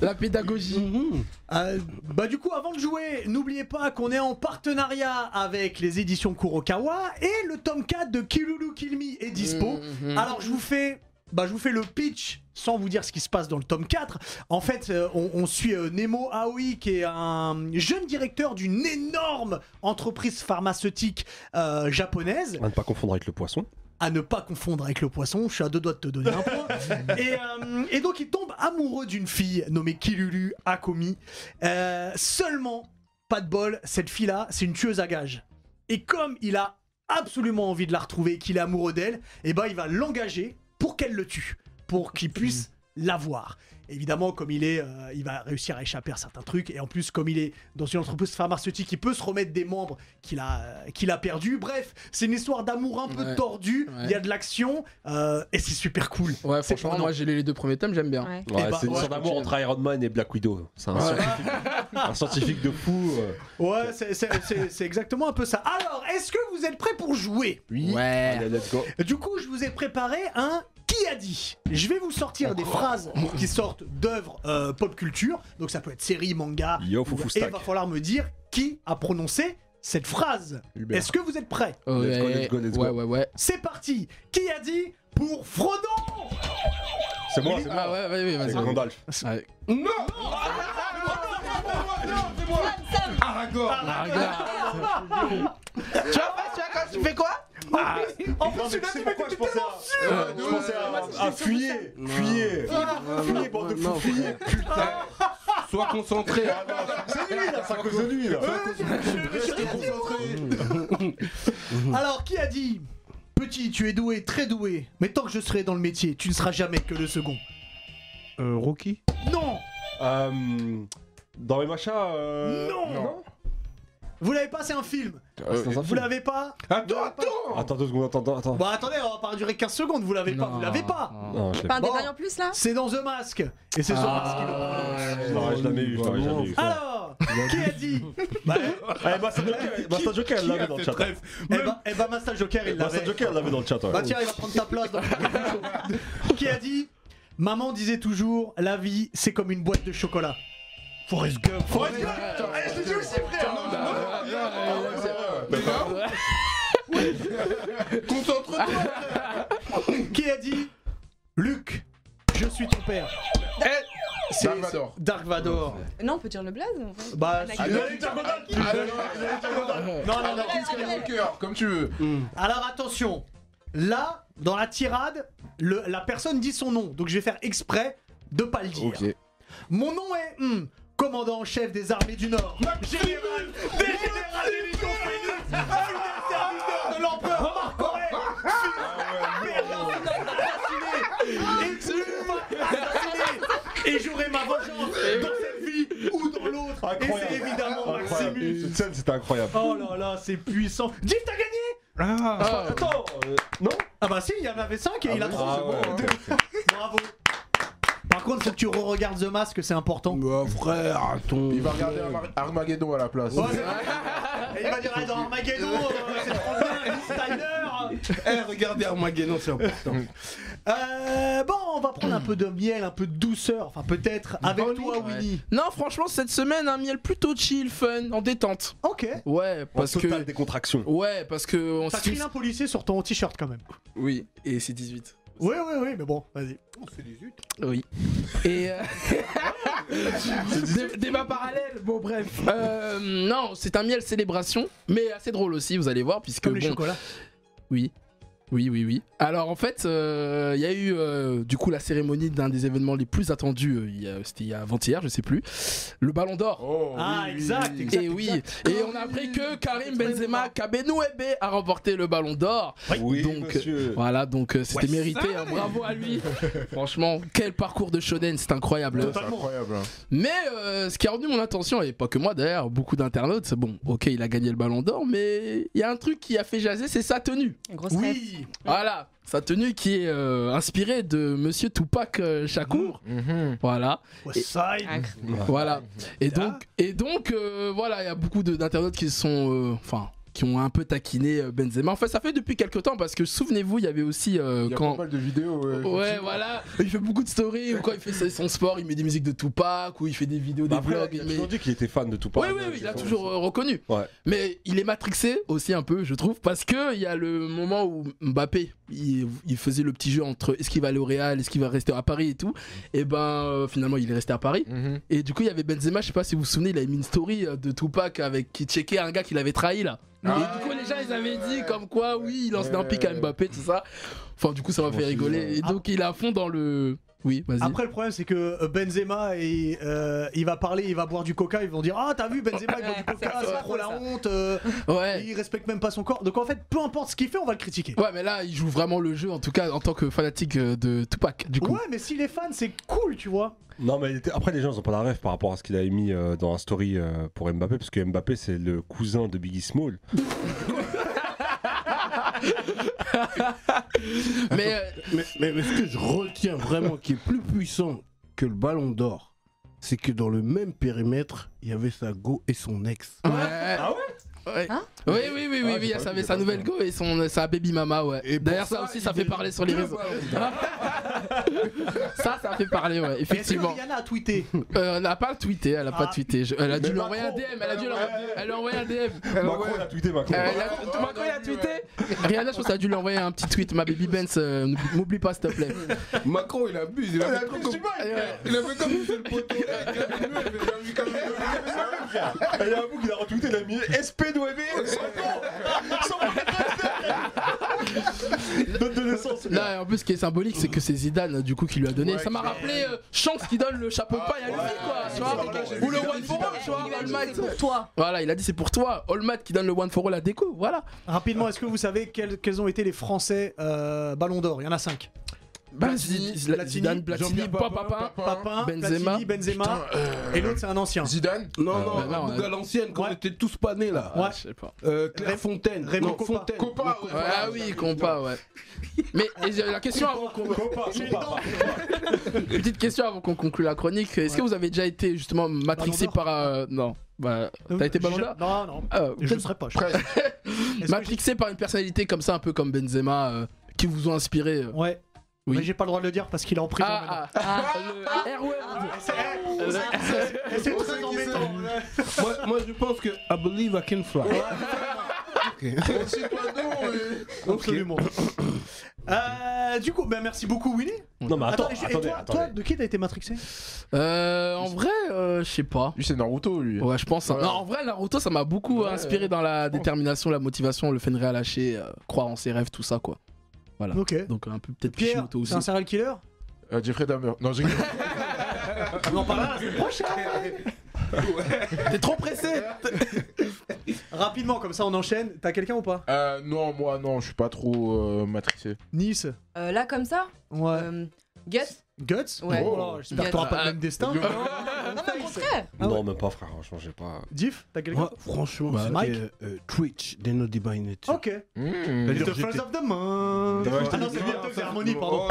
la pédagogie. Mhm. Euh, bah du coup, avant de jouer, n'oubliez pas qu'on est en partenariat avec les éditions Kurokawa et le tome 4 de Kirulu Kilmi est dispo. Ah, Mhm. Alors je vous fais. Bah, je vous fais le pitch sans vous dire ce qui se passe dans le tome 4. En fait, euh, on, on suit euh, Nemo Aoi, qui est un jeune directeur d'une énorme entreprise pharmaceutique euh, japonaise À ne pas confondre avec le poisson. à ne pas confondre avec le poisson, je suis à deux doigts de te donner un point. et, euh, et donc il tombe amoureux d'une fille nommée Kilulu Akomi. Euh, seulement, pas de bol, cette fille-là, c'est une tueuse à gages. Et comme il a absolument envie de la retrouver, qu'il est amoureux d'elle, et ben il va l'engager pour qu'elle le tue, pour qu'il puisse l'avoir. Évidemment, comme il est, euh, il va réussir à échapper à certains trucs, et en plus, comme il est dans une entreprise pharmaceutique, il peut se remettre des membres qu'il a, euh, qu'il a perdus. Bref, c'est une histoire d'amour un peu Ouais. tordue, Ouais. il y a de l'action, euh, et c'est super cool. Ouais, C'est franchement, prenant. moi j'ai lu les deux premiers tomes, j'aime bien. Ouais. Ouais, Eh ben, c'est une ouais, histoire d'amour entre Iron Man et Black Widow. C'est un, scientifique, un scientifique de fou. euh. Ouais, c'est- c'est c'est- c'est exactement un peu ça. Alors, est-ce que vous êtes prêts pour jouer Oui. Ouais. Allez, let's go. Du coup, je vous ai préparé un qui a dit. Je vais vous sortir des phrases qui sortent d'œuvres euh, pop culture, donc ça peut être série, manga, Yo, foufou et stack. il va falloir me dire qui a prononcé cette phrase. Hubert. Est-ce que vous êtes prêts Let's go, let's go, let's go. Ouais, ouais, ouais. C'est parti. Qui a dit pour Frodon C'est moi, c'est Ah moi. ouais, ouais, ouais, vas-y. C'est Gandalf. Ouais. Sam, Sam, Ah, regarde. En plus, tu l'as dit, mais je pensais à, je pensais à, à fuyer, Non. fuyer, Non, fuyer, non, bande de non, fous, fuyer. Sois concentré. C'est lui là, c'est à cause de lui là. Alors, qui a dit Petit, tu es doué, très doué, mais tant que je serai dans le métier, tu ne seras jamais que le second. Euh, Rocky Non Euh, dans les machins. Euh... Non. Vous l'avez pas, c'est un film. Euh, dans un Vous film. l'avez pas Attends, attends Attends deux secondes, attends, attends, attends. Bon, attendez, on va pas durer 15 secondes, vous l'avez pas, vous l'avez pas Non. Non, je l'ai Pas un Bon. détail en plus là C'est dans The Mask Et c'est The Ah. Mask qui le prononce. Non, je l'avais eu, je l'avais jamais eu. Alors, qui a dit bah, Eh, Basta Joker, Basta Joker, elle l'avait dans le chat. Eh ben, eh ben, Master Joker, il l'avait. Basta Bah, Joker, elle l'avait dans le chat. ouais. Bah tiens, il va prendre ta place dans le- Qui a dit Maman disait toujours la vie c'est comme une boîte de chocolat. Forrest Gump. Forrest Gump. Eh, je l'ai dit aussi hein. frère. bah. Qui a dit Luc, je suis ton père. C'est- Dark Vador. c'est- Dark Vador. Non, on peut dire le blaze en vrai. Bah, La si- gueule. Allez, tiens, contact. Ah, non, non, Non, non, non, non. Anakin Skywalker, comme tu veux. Alors attention, là, dans la tirade, le- la personne dit son nom, donc je vais faire exprès de pas le dire. Ok. Mon nom est hmm, commandant en chef des armées du Nord. Général des générales des légions fénix, serviteur de l'empereur Marc Aurèle, fils d'Adolphe assassiné, et Ulf assassiné. Et j'aurai ma vengeance dans cette vie ou dans l'autre. Et c'est évidemment Incroyable. Maximus. Cette scène, c'était incroyable. Oh là là, c'est puissant. Diff, t'as gagné Ah, Attends, euh, non Ah bah si, il y en avait 5 et il a 3. Ah ouais, ok, ok. Bravo. Par contre, faut que tu re-regardes The Mask, c'est important. Bah, frère, ton. Il va regarder Arma- Armageddon à la place. Ouais, c'est- Et il va dire ah, dans Armageddon, euh, c'est trop bien, Liz Tyler. Eh, regardez Armageddon, c'est important. Euh, bon, on va prendre un peu de miel, un peu de douceur, enfin peut-être avec toi, ouais. Winnie. Non, franchement, cette semaine, un miel plutôt chill, fun, en détente. Ok. Ouais, parce En totale que. décontraction. Ouais, parce que. On T'as s'est- crié un policier sur ton t-shirt quand même. Oui, et c'est 18. Oui, oui, oui, mais bon, vas-y. Oui. Et. euh, Dé- Débat parallèle, bon, bref. Euh, non, c'est un miel célébration, mais assez drôle aussi, vous allez voir, puisque. Comme les bon, chocolats. Oui. Oui, oui, oui. Alors en fait, euh, il y a eu euh, du coup la cérémonie d'un des événements les plus attendus. euh, il y a- C'était il y a avant-hier, je sais plus. Le Ballon d'Or. Oh, Ah, exact, exact. et oui. exact. Et on a appris que Karim Benzema Kabenouébé a remporté le Ballon d'Or. Oui, Donc, monsieur. Voilà, donc euh, c'était mérité. Ah, hein, bravo à lui. Franchement, quel parcours de shonen, c'est incroyable. c'est incroyable. hein. Mais euh, ce qui a retenu mon attention, et pas que moi d'ailleurs, beaucoup d'internautes, c'est bon, ok, il a gagné le Ballon d'Or, mais il y a un truc qui a fait jaser, c'est sa tenue. Une grosse rêve. Oui. Voilà, sa tenue qui est euh, inspirée de Monsieur Tupac euh, Shakur. Mhm. Voilà, West Side. Acre. Bah, voilà. Et donc, et donc euh, voilà, il y a beaucoup de- d'internautes qui sont, euh, enfin, qui ont un peu taquiné euh, Benzema. En fait, ça fait depuis quelques temps parce que souvenez-vous, il y avait aussi euh, Il y a quand. pas mal de vidéos. Ouais, Ouais, voilà, il fait beaucoup de stories, ou quand il fait son sport, il met des musiques de Tupac, ou il fait des vidéos, des Bah après, vlogs. il a il met- toujours dit qu'il était fan de Tupac. Oui, oui, oui, il a toujours euh, reconnu. Ouais. Mais il est matrixé aussi un peu, je trouve, parce que il y a le moment où Mbappé, il, il faisait le petit jeu entre est-ce qu'il va aller au Real, est-ce qu'il va rester à Paris et tout. Et ben euh, finalement, il est resté à Paris. Mhm. Et du coup, il y avait Benzema, je sais pas si vous vous souvenez, il avait mis une story euh, de Tupac avec qui checkait un gars qu'il avait trahi là. Ah. et du coup, les gens, ils avaient dit comme quoi, oui, il lance Ouais. un pic à Mbappé, tout ça. Enfin, du coup, ça m'a fait Je m'en souviens. rigoler. Et donc, il est à fond dans le. Oui, vas-y. Après, le problème, c'est que euh, Benzema, il, euh, il va parler, il va boire du coca, ils vont dire Ah, t'as vu, Benzema, il boit du Ouais, coca, c'est c'est ça, trop la ça. honte. euh, Ouais. Et il respecte même pas son corps. Donc en fait, peu importe ce qu'il fait, on va le critiquer. Ouais, mais là, il joue vraiment le jeu, en tout cas, en tant que fanatique euh, de Tupac, du coup. Ouais, mais s'il est fan, c'est cool, tu vois. Non, mais il était- après, les gens ils ont pas la rêve par rapport à ce qu'il avait mis euh, dans un story euh, pour Mbappé, parce que Mbappé, c'est le cousin de Biggie Small. Mais. euh, mais, mais- mais ce que je retiens vraiment qui est plus puissant que le ballon d'or, c'est que dans le même périmètre, il y avait sa go et son ex. Ah ouais Ouais. Hein oui, oui, oui, oui, Ah, oui, j'ai elle pas savait vu, j'ai sa pas nouvelle vu. go et son, euh, sa baby mama, ouais. Et pour D'ailleurs, ça, aussi, ça il fait est parler sur les deux réseaux. ballons d'or. Ça, ça fait parler, ouais, Est-ce que effectivement. Rihanna a tweeté Euh, elle a pas tweeté, elle a pas Ah. tweeté. Je- elle a dû Mais lui envoyer un Macron, DM, elle a dû lui ouais. elle lui a envoyé un DM. Macron, il a tweeté Macron. Euh, elle a- Macron, il a tweeté. Rihanna, je pense, elle a dû lui envoyer un petit tweet. Ma baby Benz, euh, n'oublie- m'oublie pas, s'il te plaît. Macron, il abuse. Il a fait trop comme Ouais. il a fait comme si c'était le poteau. Il y a un bout qu'il a retweeté, il a mis SP de Date de naissance. Là, en plus, ce qui est symbolique, c'est que c'est Zidane, du coup, qui lui a donné. Ouais, ça m'a qui- rappelé euh, Chance qui donne le chapeau de paille à lui, quoi. tu vois, ouais, ouais, ou le ouais, One for All, Eh, tu vois, il lui a All dit, Might. c'est pour toi. Voilà, il a dit c'est pour toi, All Might qui donne le One for All à Déco, voilà. Rapidement, est-ce que vous savez quels, quels ont été les Français euh, Ballon d'Or Il y en a 5. Bah, Zid- Zidane, Platini, Jean-Pierre Papa, Papin. Papin, Benzema. Platini, Benzema. Putain, euh, Et l'autre, c'est un ancien. Zidane Non, Euh, non, bah non, un bout ouais. à l'ancienne, quand Ouais. on était tous panés là. Ouais. je sais pas. Euh, Claire Raymond- Fontaine. Raymond non, Coppa. Fontaine. Copa ouais. ah oui, compas, ouais. Mais et j'ai la question avant qu'on une petite question avant qu'on conclue la chronique, est-ce que Ouais. vous avez déjà été justement matrixé Ballon d'Or Euh, par euh, non, bah t'as été ballon d'or Non, non. Ah, Je ne peut-être serais pas. je- Presque. Est-ce que Matrixé par une personnalité comme ça un peu comme Benzema euh, qui vous ont inspiré euh. j'ai- Ouais. Oui. Mais j'ai pas le droit de le dire parce qu'il est en prison. maintenant. Ah Euh, ah, ah le R-word. Ah. Et c'est- eh, c'est- et C'est On très sait qui c'est. embêtant. moi, moi, je pense que I believe I can fly. Ok. Absolument. Euh, du coup, ben merci beaucoup, Winnie. Non, mais attends, Attends, et- et attendez, toi, toi, attendez. de qui t'as été matrixé Euh, en vrai, euh, je sais pas. Lui, c'est Naruto, lui. Ouais, je pense. hein. Non, en vrai, Naruto, ça m'a beaucoup Ouais, inspiré dans la détermination, la motivation, le fait de rien lâcher, euh, croire en ses rêves, tout ça, quoi. Voilà. Ok. Donc un peu peut-être Pierre, Kishimoto aussi. c'est un serial killer Euh, Jeffrey Dahmer. Non, j'ai On en parlera la semaine prochaine. T'es trop pressé. Rapidement, comme ça on enchaîne. T'as quelqu'un ou pas euh, Non, moi, non, je suis pas trop euh, matrixé. Nice. Euh, là, comme ça, Ouais. euh, Guts Guts Ouais. Oh, J'espère que t'auras pas le même destin. Non, mais au contraire Ah ouais. Non, même pas, frère, franchement, j'ai pas. Diff, t'as quelqu'un Moi, franchement, Bah, c'était, Mike. euh, Twitch, des No Divine et tout. Ok. Mmh. Vas-y. The j'étais- Friends of the Month. Ouais, Ah non, c'est bien, c'est Harmony, pardon.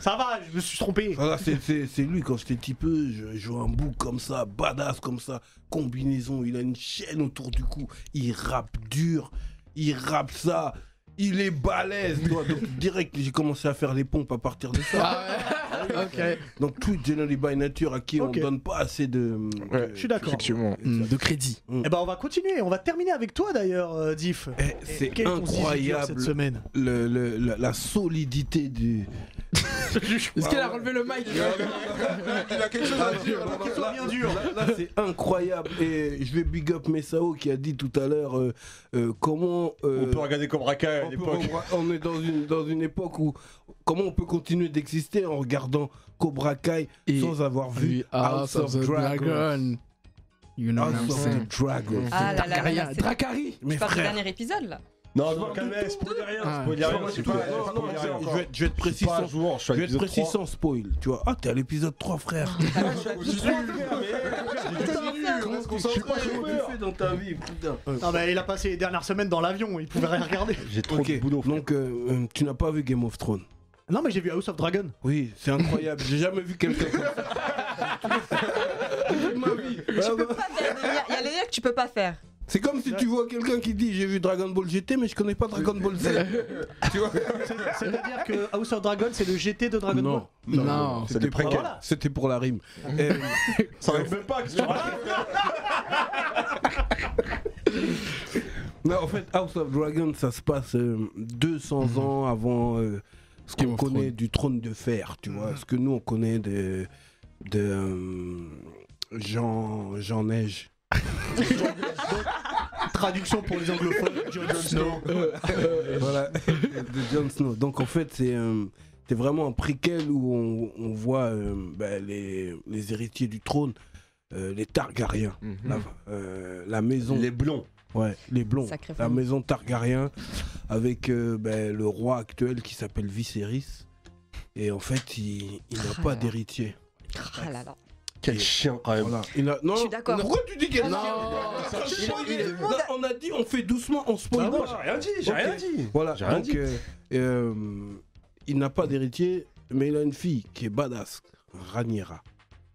Ça va, je me suis trompé. Voilà, c'est- c'est c'est lui quand j'étais petit peu, je je vois un bouc comme ça, badass comme ça, combinaison, il a une chaîne autour du cou, il rappe dur, il rappe ça, il est balèze, toi. Donc direct, j'ai commencé à faire les pompes à partir de ça. Ah ouais. ok. Donc tout Generally by Nature à qui Ok. on donne pas assez de. Ouais, de- je suis d'accord. Effectivement. Hmm, de crédit. Eh ben, on va continuer. On va terminer avec toi d'ailleurs, euh, Diff. Eh, C'est Quel est ton zizi dur incroyable cette semaine. le- le- la, la solidité du. Est-ce qu'elle a relevé le mic Il a quelque chose Ah, dur, là, là, là, là, là, c'est incroyable. Et je vais big up Messao qui a dit tout à l'heure euh, euh, comment. euh, On peut regarder Cobra Kai à on peut- l'époque. on- on est dans une, dans une époque où comment on peut continuer d'exister en regardant Cobra Kai Et- sans avoir vu Vu House of the Dragon. Dragon. You know what House I'm of saying. the Dragon. Ah là là, là, là, Dracarya, c'est Dracari. Mais je parle du frère, dernier épisode là. Je Non, non, parle de calme, tout. spoiler Ah. rien, spoiler Non, rien, s'il vous plaît, non, non, spoiler je rien. vais, je vais être Je suis précis pas à sans, jour, je suis je à vais être l'épisode précis 3. sans spoil. Tu vois, ah, t'es à l'épisode 3, frère. Je suis Ah, pas chômeur. fais dans ta vie, putain Ah bah, il a passé les dernières semaines dans l'avion, il pouvait rien regarder. J'ai trop de boulot. frère. donc euh, euh, tu n'as pas vu Game of Thrones. Non, mais j'ai vu House of Dragon. Oui, c'est incroyable. J'ai jamais vu quelqu'un comme ça. Toute ma vie. Ah bah, Pas de- Il y a- il y a les liens que tu peux pas faire. C'est comme si tu vois quelqu'un qui dit j'ai vu Dragon Ball GT mais je connais pas Dragon Ball Z. C'est-à-dire que House of Dragon, c'est le GT de Dragon Ball. Ah, Non, Non, c'est des c'était pour, préquels. c'était pour la rime. Euh, Ça arrive même pas que non, en fait, House of Dragon, ça se passe euh, 200 ans avant euh, ce Mhm. Game qu'on connaît of Thrones. Mhm. du trône de fer, tu vois, ce que nous on connaît de, de euh, Jean, Jean Neige. Traduction pour les anglophones, Jon Snow. voilà, de Jon Snow. Donc en fait, c'est euh, c'est vraiment un préquel où on, on voit euh, bah, les, les héritiers du trône, euh, les Targaryens, la, euh, la maison, Mhm. Les blonds. ouais, les blonds, Sacrée la famille. maison Targaryen, avec euh, bah, le roi actuel qui s'appelle Viserys. Et en fait, il, il n'a pas d'héritier. Ah là là. Quel chien, quand même. Voilà. Il a- non, Je suis d'accord. Pourquoi tu dis qu'elle On a dit, on fait doucement, on spoil pas. Bah j'ai rien dit, j'ai Ok. rien dit. Voilà, J'ai rien donc dit. euh, euh, il n'a pas d'héritier, mais il a une fille qui est badass, Raniera.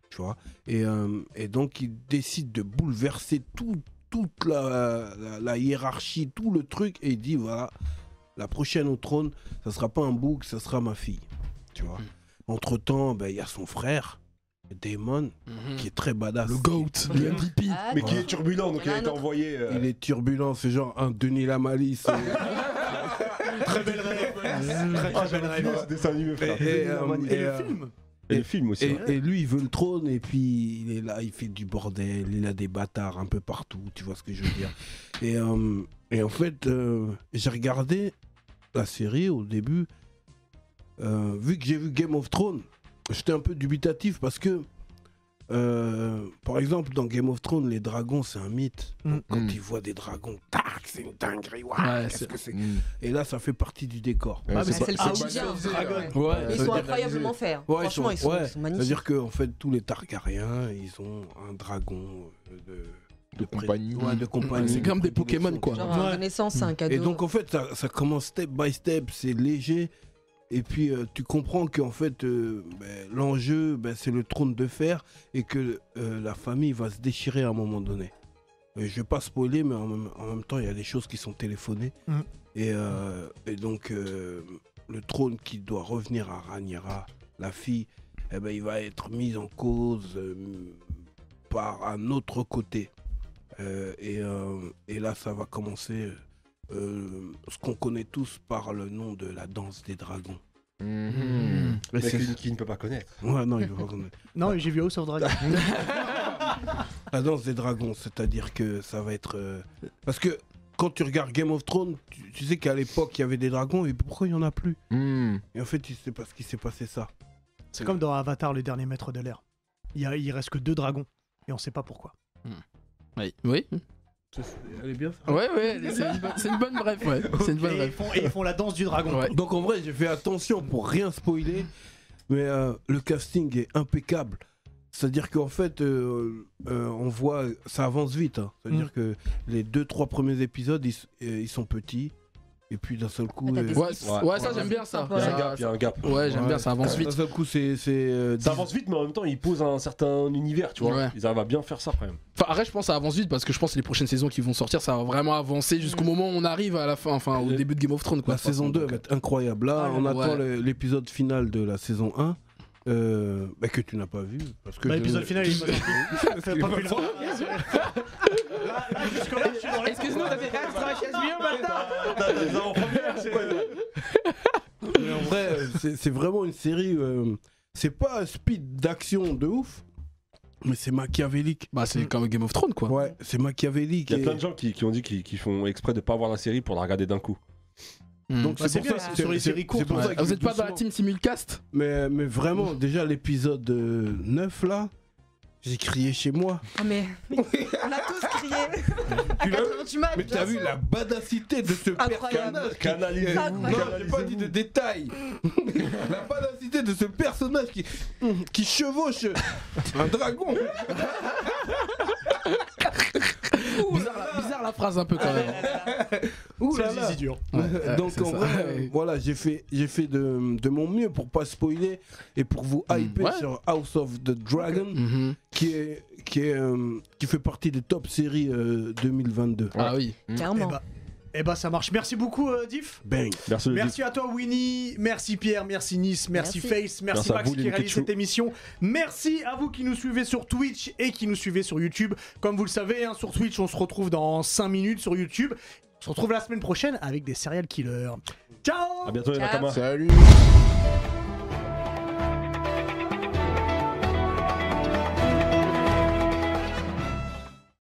Tu vois et, euh, et donc il décide de bouleverser tout- toute la, la- la hiérarchie, tout le truc, et il dit voilà, la prochaine au trône, ça sera pas un bouc, ça sera ma fille. Tu vois Hmm. Entre temps, il y a son frère, Damon, Hmm. qui est très badass. Le GOAT, le MVP. Ah, Mais non. qui est turbulent, donc Il y en a il a été un autre. envoyé. euh, Il est turbulent, c'est genre un Denis Lamalis. euh, Très belle rêve. Très Ah, très j'ai belle rien dit, rêve. c'est dessin animé, frère. Et, Et, euh, euh, et et, le euh, film Et le film aussi. Et, ouais. et lui, il veut le trône, et puis il est là, il fait du bordel, il a des bâtards un peu partout, tu vois ce que je veux dire. Et, euh, et en fait, euh, j'ai regardé la série au début, euh, vu que j'ai vu Game of Thrones, j'étais un peu dubitatif parce que, euh, par exemple, dans Game of Thrones, les dragons, c'est un mythe. Donc, quand Mm. ils voient des dragons, tac, c'est une dinguerie, waouh, Ouais, qu'est-ce c'est- que Mm. c'est hmm. Et là, ça fait partie du décor. Ah, mais Ah, C'est le Ah, quotidien. bah, House of Dragon. Ouais. Ils Ça sont veut dire- incroyablement faits. hein. Ouais, ils Franchement, sont- ils sont, ouais. ils sont magnifiques. C'est-à-dire que en fait, tous les Targaryens, ils ont un dragon euh, de, De compagnie. Ouais, de compagnie. C'est comme des Pokémon, quoi. Genre, un Ouais. renaissance, c'est un cadeau. Et donc en fait, ça, ça commence step by step, c'est léger. Et puis euh, tu comprends qu'en fait, euh, ben, l'enjeu, ben, c'est le trône de fer et que euh, la famille va se déchirer à un moment donné. Euh, je vais pas spoiler, mais en même, en même temps, il y a des choses qui sont téléphonées. Mhm. Et, euh, et donc, euh, le trône qui doit revenir à Raniera, la fille, eh ben, il va être mis en cause euh, par un autre côté. Euh, et, euh, et là, ça va commencer euh, ce qu'on connaît tous par le nom de la danse des dragons. Hmm. Mhm. Et Mec, c'est- Qui, qui ne peut pas connaître. Ouais, non, il veut pas qu'on- Non, mais j'ai vu House of Dragon. La danse des dragons, c'est-à-dire que ça va être. euh, Parce que quand tu regardes Game of Thrones, tu, tu sais qu'à l'époque, il y avait des dragons et pourquoi il n'y en a plus Mhm. Et en fait, il- c'est parce qu'il s'est passé ça. C'est comme dans Avatar, le dernier maître de l'air. Il, y a- il reste que deux dragons. Et on sait pas pourquoi. Oui. Oui. Elle est bien Ouais, ouais. C'est une, bonne- c'est une bonne bref. Ouais. C'est une bonne et, ils bref. font, et ils font la danse du dragon. Bah, Ouais. Donc en vrai, j'ai fait attention pour rien spoiler, mais euh, le casting est impeccable. C'est-à-dire qu'en fait, euh, euh, on voit, ça avance vite. hein. C'est-à-dire que les deux, trois premiers épisodes, ils, s- euh, ils sont petits. Et puis d'un seul coup. Ah, t'as des- euh, Ouais, c- ouais, ça Ouais. j'aime bien ça. Il y a Ça- un gap, il y a un gap. Ouais, j'aime Ouais. bien, ça avance D'un vite. seul coup, c'est. c'est, euh, Ça avance vite, mais en même temps, ils posent un certain univers, tu vois. Ouais. Ils arrivent à bien faire ça quand même. Enfin, après, je pense que ça avance vite parce que je pense que les prochaines saisons qui vont sortir, ça va vraiment avancer jusqu'au moment où on arrive à la fin, enfin au Le- début de Game of Thrones. Quoi, Mm. La de toute saison façon, 2 donc, va être incroyable. Là, Ah, on ouais. attend le- l'épisode final de la saison 1. euh, bah, que tu n'as pas vu parce que Bah, je- l'épisode final, il est pas sorti. Fait pas plus le voir. Là, là, jusque-là, je suis dans les- Excuse-nous, t'as fait extra Mais en vrai, euh, c'est c'est vraiment une série. euh, c'est pas un speed d'action de ouf, mais c'est machiavélique. Bah, c'est comme Game of Thrones, quoi. Mm. Ouais, c'est machiavélique. Il y et- a plein de gens qui, qui ont dit qu'ils qu'ils font exprès de pas voir la série pour la regarder d'un coup. Hmm. Donc Bah, c'est c'est pour bien, ça c'est c'est- sur les c'est- séries courtes, c'est pour Ouais. ça Ah, que vous êtes pas dans la doucement- team simulcast Mais, mais vraiment, déjà l'épisode euh, 9 là, j'ai crié chez moi. Ah, mais on a tous crié à 4 h du mat. Mais t'as vu la badacité de ce Incroyable. personnage qui- Canalisez-vous, Euh, Non, j'ai pas canalisez-vous. dit de détails. la badacité de ce personnage qui, qui chevauche un dragon. bizarre, la- bizarre la phrase un peu quand même. Ouh C'est là là. Zizi dur. Ouais, Donc c'est en ça. vrai, euh, voilà, j'ai fait, j'ai fait de, de mon mieux pour pas spoiler et pour vous hyper Mm, ouais. sur House of the Dragon, Mhm. qui est, qui est, euh, qui fait partie des top séries euh, 2022. Ah oui. Eh Clairement. bah, eh bah, ça marche. Merci beaucoup, euh, Diff. Bang. Merci, le Merci à toi Winnie, merci Pierre, merci Nice, merci, Merci. Face, merci, Merci à Max vous, qui Lynn réalise Ketchou. cette émission. Merci à vous qui nous suivez sur Twitch et qui nous suivez sur YouTube. Comme vous le savez, hein, sur Twitch, on se retrouve dans 5 minutes sur YouTube. On se retrouve la semaine prochaine avec des serial killers. Ciao À bientôt, les Ciao. Nakamas. Salut